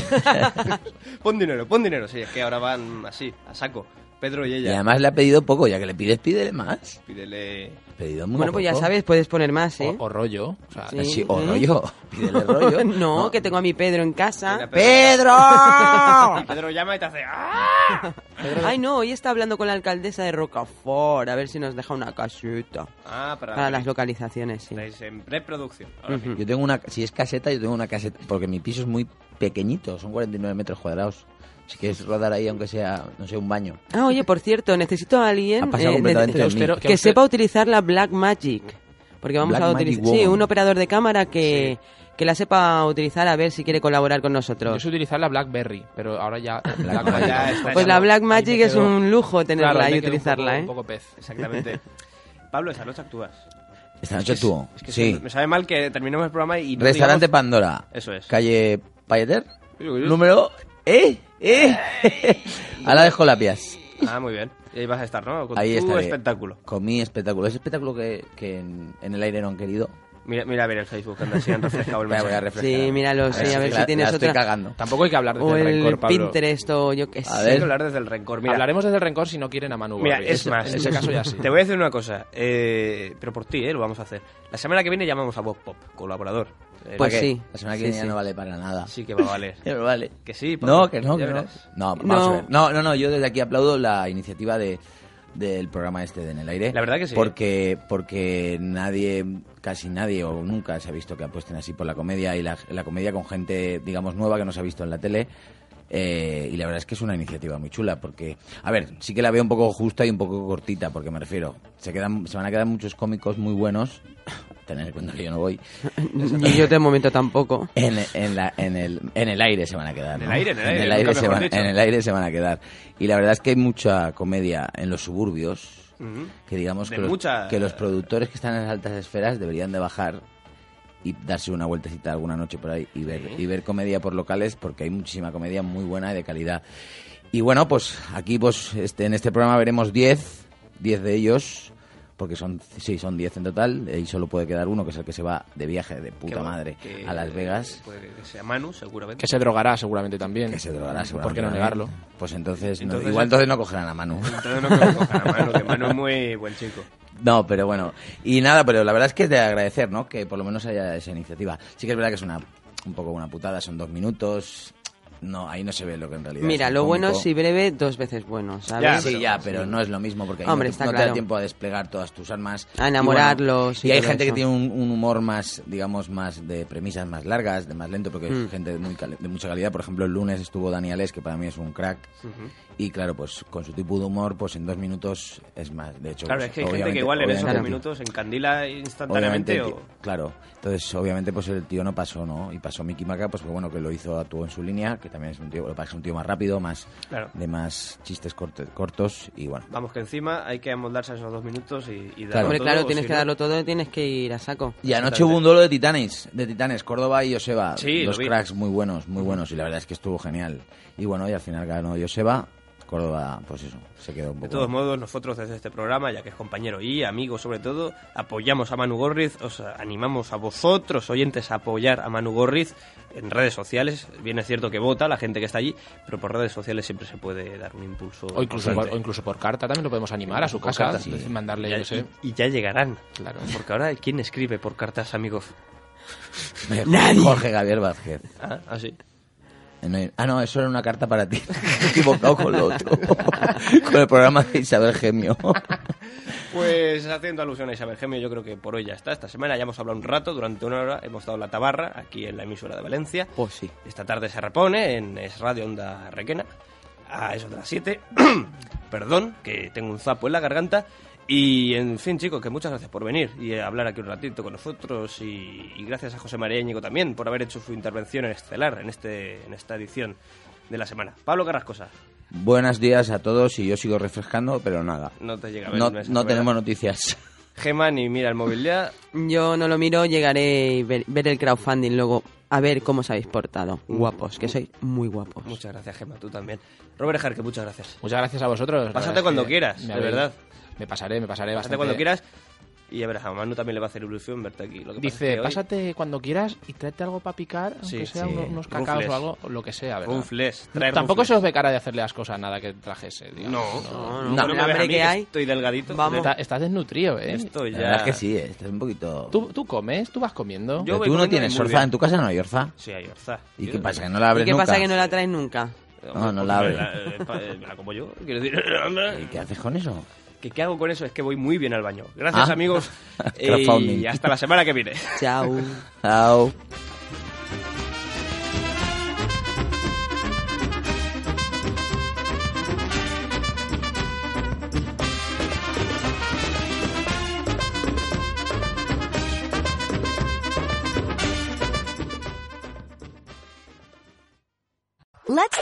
Speaker 2: Pon dinero, pon dinero. Sí, es que ahora van así, a saco. Pedro y
Speaker 6: Y
Speaker 2: ella.
Speaker 6: además le ha pedido poco, ya que le pides, pídele más.
Speaker 2: Pídele...
Speaker 6: Pedido muy
Speaker 3: Bueno, pues ya
Speaker 6: poco.
Speaker 3: sabes, puedes poner más, ¿eh?
Speaker 9: O, rollo. O,
Speaker 6: Sí, o rollo. Pídele rollo.
Speaker 3: no, que tengo a mi Pedro en casa. ¡Ah!
Speaker 6: ¡Pedro!
Speaker 2: Pedro llama y te hace... ¡ah!
Speaker 3: Ay, no, hoy está hablando con la alcaldesa de Rocafort, a ver si nos deja una casita.
Speaker 2: Ah, para-
Speaker 3: las localizaciones, sí.
Speaker 2: Es en preproducción. Ahora sí.
Speaker 6: Ujú. Yo tengo una, si es caseta, yo tengo una caseta, porque mi piso es muy pequeñito, son 49 metros cuadrados. Si quieres rodar ahí, aunque sea, no sé, un baño.
Speaker 3: Ah, oye, por cierto, necesito a alguien
Speaker 6: Ha pasado
Speaker 3: eh,
Speaker 6: completamente
Speaker 3: de-
Speaker 6: de mí. Qué austero- qué
Speaker 3: que
Speaker 6: austero.
Speaker 3: sepa utilizar la Black Magic. Porque vamos
Speaker 6: Black
Speaker 3: a
Speaker 6: Magic
Speaker 3: utilizar.
Speaker 6: Woman.
Speaker 3: Sí, un operador de cámara que, que la sepa utilizar a ver si quiere colaborar con
Speaker 9: Yo
Speaker 3: nosotros.
Speaker 9: sé utilizar la Blackberry, pero ahora ya...
Speaker 3: Magic. Pues la Black Magic es un lujo tenerla
Speaker 9: Claro, ahí
Speaker 3: y
Speaker 9: me quedo un
Speaker 3: utilizarla,
Speaker 9: poco-
Speaker 3: ¿eh?
Speaker 9: un poco pez.
Speaker 2: Exactamente. Pablo, esa noche actúas.
Speaker 6: Esta noche tú.
Speaker 2: Es que
Speaker 6: sí.
Speaker 2: se- me sabe mal que terminemos el programa y no
Speaker 6: Restaurante
Speaker 2: digamos-
Speaker 6: Pandora.
Speaker 2: Eso es.
Speaker 6: Calle Payeter.
Speaker 2: Yo- yo-
Speaker 6: Número. ¡Eh! ¡Eh! A la de Jolapias.
Speaker 2: Ah, muy bien. Y ahí vas a estar, ¿no? Con
Speaker 6: Ahí
Speaker 2: tu
Speaker 6: está.
Speaker 2: espectáculo.
Speaker 6: Con mi espectáculo. Ese espectáculo que, que en, en el aire no han querido.
Speaker 2: Mira, mira a ver el Facebook, que anda así, han refrescado el
Speaker 6: Voy a- voy a
Speaker 2: mensaje.
Speaker 6: refrescar. Sí, míralo, sí, a ver si tienes otra. Tampoco
Speaker 9: hay que hablar
Speaker 3: o
Speaker 9: desde el
Speaker 3: el
Speaker 9: rencor, Pablo.
Speaker 3: Pinterest o yo qué sé.
Speaker 2: Hay que hablar desde el rencor. Mira,
Speaker 9: Hablaremos desde el rencor si no quieren a Manu.
Speaker 2: Mira,
Speaker 9: Gorri.
Speaker 2: es más,
Speaker 9: En ese caso ya sí.
Speaker 2: Te voy a decir una cosa, eh, pero por ti, eh, lo vamos a hacer. La semana que viene llamamos a Bob Pop, colaborador. Eh,
Speaker 6: Pues
Speaker 2: ¿para qué?
Speaker 6: sí. La semana que viene ya no vale para nada.
Speaker 2: Sí que va a valer.
Speaker 6: Ya no vale.
Speaker 2: Que sí, Pablo,
Speaker 6: No, que no,
Speaker 2: ya
Speaker 6: que no.
Speaker 2: verás.
Speaker 6: No, vamos
Speaker 2: No.
Speaker 6: a ver. No, no, no, yo desde aquí aplaudo la iniciativa de, del programa este de En el Aire.
Speaker 2: La verdad que sí.
Speaker 6: Porque, porque nadie, casi nadie o nunca se ha visto que apuesten así por la comedia y la, la comedia con gente, digamos, nueva que no se ha visto en la tele. Eh, y la verdad es que es una iniciativa muy chula porque, a ver, sí que la veo un poco justa y un poco cortita, porque me refiero, se, quedan, se van a quedar muchos cómicos muy buenos, tener en cuenta que yo no voy,
Speaker 3: Ni yo de momento tampoco.
Speaker 6: en, en la- en el, en el aire se van a quedar.
Speaker 3: En el
Speaker 6: ¿no?
Speaker 3: aire, en el aire,
Speaker 6: aire
Speaker 3: nunca
Speaker 6: se
Speaker 3: mejor
Speaker 6: van,
Speaker 3: dicho.
Speaker 6: en el aire se van a quedar. Y la verdad es que hay mucha comedia en los suburbios
Speaker 2: Ujú.
Speaker 6: que digamos
Speaker 2: De
Speaker 6: que los,
Speaker 2: mucha-
Speaker 6: que los productores que están en las altas esferas deberían de bajar y darse una vueltecita alguna noche por ahí y ver, y ver comedia por locales porque hay muchísima comedia muy buena y de calidad. Y bueno, pues aquí pues este, en este programa veremos 10, 10 de ellos, porque son sí, son 10 en total, eh, y solo puede quedar uno que es el que se va de viaje de puta
Speaker 2: bueno,
Speaker 6: madre
Speaker 2: que-
Speaker 6: a Las Vegas.
Speaker 2: Puede que sea Manu, seguramente.
Speaker 9: Que se drogará seguramente también.
Speaker 6: Que se drogará seguramente.
Speaker 9: ¿Por qué no negarlo?
Speaker 6: Pues entonces, no-
Speaker 2: Entonces-
Speaker 6: igual entonces no cogerán a Manu.
Speaker 2: Entonces no creo que cojan a Manu, que Manu es muy buen chico.
Speaker 6: No, pero bueno. Y nada, pero la verdad es que es de agradecer, ¿no? Que por lo menos haya esa iniciativa. Sí que es verdad que es una un poco una putada, son dos minutos. No, ahí no se ve lo que en realidad.
Speaker 3: Mira,
Speaker 6: es el
Speaker 3: lo bueno
Speaker 6: cómico.
Speaker 3: es si breve, dos veces bueno, ¿sabes?
Speaker 6: sí, ya, pero no es lo mismo porque ahí
Speaker 3: Hombre,
Speaker 6: no, te,
Speaker 3: está
Speaker 6: no te da
Speaker 3: claro.
Speaker 6: tiempo a desplegar todas tus armas.
Speaker 3: A
Speaker 6: Y bueno,
Speaker 3: enamorarlos
Speaker 6: Y,
Speaker 3: y
Speaker 6: hay
Speaker 3: todo
Speaker 6: gente
Speaker 3: eso.
Speaker 6: que tiene un, un humor más, digamos, más de premisas más largas, de más lento, porque
Speaker 3: Mm.
Speaker 6: es gente de, muy cal- de mucha calidad. Por ejemplo, el lunes estuvo Dani Alés, que para mí es un crack.
Speaker 2: Ujú.
Speaker 6: Y claro, pues con su tipo de humor, pues en dos minutos es más. De hecho,
Speaker 2: Claro,
Speaker 6: pues,
Speaker 2: es que hay gente que
Speaker 6: obviamente-
Speaker 2: igual en esos
Speaker 6: obviamente-
Speaker 2: dos minutos encandila instantáneamente
Speaker 6: Obviamente,
Speaker 2: o...
Speaker 6: el ti- Claro, entonces obviamente pues el tío no pasó, ¿no? Y pasó Miki Maca, pues que bueno, que lo hizo actuó en su línea, que también es un tío, lo que pasa es que es un tío más rápido, más
Speaker 2: Claro.
Speaker 6: de más chistes corte- cortos y bueno.
Speaker 2: Vamos, que encima hay que amoldarse a esos dos minutos y, y darlo
Speaker 6: Claro.
Speaker 3: Hombre,
Speaker 2: todo,
Speaker 3: claro,
Speaker 2: o
Speaker 3: tienes
Speaker 2: si
Speaker 3: que
Speaker 2: no-
Speaker 3: darlo todo, tienes que ir a saco.
Speaker 6: Y anoche hubo un duelo de titanes, de titanes, Córdoba y Joseba,
Speaker 3: Sí, lo
Speaker 6: dos
Speaker 3: vi.
Speaker 6: cracks muy buenos, muy buenos y la verdad es que estuvo genial. Y bueno, y al final ganó Joseba, Córdoba, pues eso, se quedó un
Speaker 2: De
Speaker 6: poco.
Speaker 2: todos modos, nosotros desde este programa, ya que es compañero y amigo sobre todo, apoyamos a Manu Gorriz, os animamos a vosotros, oyentes, a apoyar a Manu Gorriz en redes sociales. Bien es cierto que vota la gente que está allí, pero por redes sociales siempre se puede dar un impulso.
Speaker 9: O incluso, por,
Speaker 2: importante.
Speaker 9: o incluso por carta también lo podemos animar a su
Speaker 2: Por
Speaker 9: casa
Speaker 2: carta, sí.
Speaker 9: y mandarle,
Speaker 2: Ya-
Speaker 9: yo sé.
Speaker 2: y, y ya llegarán.
Speaker 9: Claro.
Speaker 2: Porque ahora, ¿quién escribe por cartas, amigos?
Speaker 6: Nadie. Jorge Javier Vázquez.
Speaker 2: Ah, ah, sí.
Speaker 6: No hay- Ah, no, eso era una carta para ti. Me he equivocado con lo otro. con el programa de Isabel Gemio.
Speaker 2: Pues haciendo alusión a Isabel Gemio, yo creo que por hoy ya está. Esta semana ya hemos hablado un rato, durante una hora hemos dado la tabarra aquí en la emisora de Valencia.
Speaker 3: Pues sí.
Speaker 2: Esta tarde se repone en Es Radio Onda Requena, a eso de las 7. Perdón, que tengo un zapo en la garganta. Y en fin, chicos, que muchas gracias por venir y hablar aquí un ratito con nosotros. Y, y gracias a José María Íñigo también por haber hecho su intervención en estelar en, este, en esta edición de la semana. Pablo Carrascosa,
Speaker 6: Buenos días a todos y yo sigo refrescando, pero nada.
Speaker 2: no te llega a ver
Speaker 6: No,
Speaker 2: el mensaje,
Speaker 6: no
Speaker 2: ¿verdad?
Speaker 6: tenemos noticias.
Speaker 2: Gema ni mira el móvil ya.
Speaker 3: Yo no lo miro, llegaré y ver, ver el crowdfunding luego, a ver cómo os habéis portado. Guapos, que sois muy guapos.
Speaker 2: Muchas gracias, Gemma, tú también. Robert Jarque, muchas gracias.
Speaker 9: Muchas gracias a vosotros. la
Speaker 2: Pásate
Speaker 9: verdad es
Speaker 2: cuando
Speaker 9: que
Speaker 2: quieras,
Speaker 9: me
Speaker 2: de
Speaker 9: habéis-
Speaker 2: verdad.
Speaker 9: Me pasaré, me pasaré
Speaker 2: Pásate
Speaker 9: bastante.
Speaker 2: cuando quieras y ya verás, a Manu también le va a hacer ilusión verte aquí. Lo que pasa es
Speaker 9: Dice,
Speaker 2: que hoy-
Speaker 9: pásate cuando quieras y tráete algo para picar, aunque
Speaker 2: Sí,
Speaker 9: sea
Speaker 2: sí.
Speaker 9: uno- unos cacaos
Speaker 2: Rufles.
Speaker 9: o algo, lo que sea, ¿verdad?
Speaker 2: Rufles,
Speaker 9: No,
Speaker 2: trae
Speaker 9: Tampoco
Speaker 2: rufles.
Speaker 9: se os ve cara de hacerle las cosas nada que trajese. digamos.
Speaker 2: No, no,
Speaker 6: No.
Speaker 2: no, no me
Speaker 6: El
Speaker 2: veas
Speaker 6: hambre
Speaker 2: a mí,
Speaker 6: que hay.
Speaker 2: Estoy delgadito.
Speaker 6: Vamos.
Speaker 9: Está- estás desnutrido, ¿eh?
Speaker 2: Esto
Speaker 6: La
Speaker 2: ya.
Speaker 6: verdad es que sí, eh, estás un poquito...
Speaker 9: ¿Tú, tú comes, tú vas comiendo.
Speaker 2: Yo
Speaker 6: Pero
Speaker 2: voy
Speaker 6: tú no
Speaker 2: comiendo
Speaker 6: tienes
Speaker 2: muy
Speaker 6: orza,
Speaker 2: bien.
Speaker 6: en tu casa no hay orza.
Speaker 2: Sí, hay orza.
Speaker 6: ¿Y
Speaker 2: Yo-
Speaker 6: qué pasa, que no la abres
Speaker 3: ¿Y qué
Speaker 6: nunca?
Speaker 3: pasa que no la traes nunca?
Speaker 6: No, no la abres.
Speaker 2: Hombre, la- eh, pa- eh, la como yo, quiero decir.
Speaker 6: ¿Y qué haces con eso?
Speaker 2: ¿Qué, ¿Qué hago con eso? Es que voy muy bien al baño. Gracias,
Speaker 6: Ah.
Speaker 2: amigos. eh,
Speaker 6: Crowdfunding.
Speaker 2: y hasta la semana que viene.
Speaker 3: Chao.
Speaker 6: Au.
Speaker 12: Let's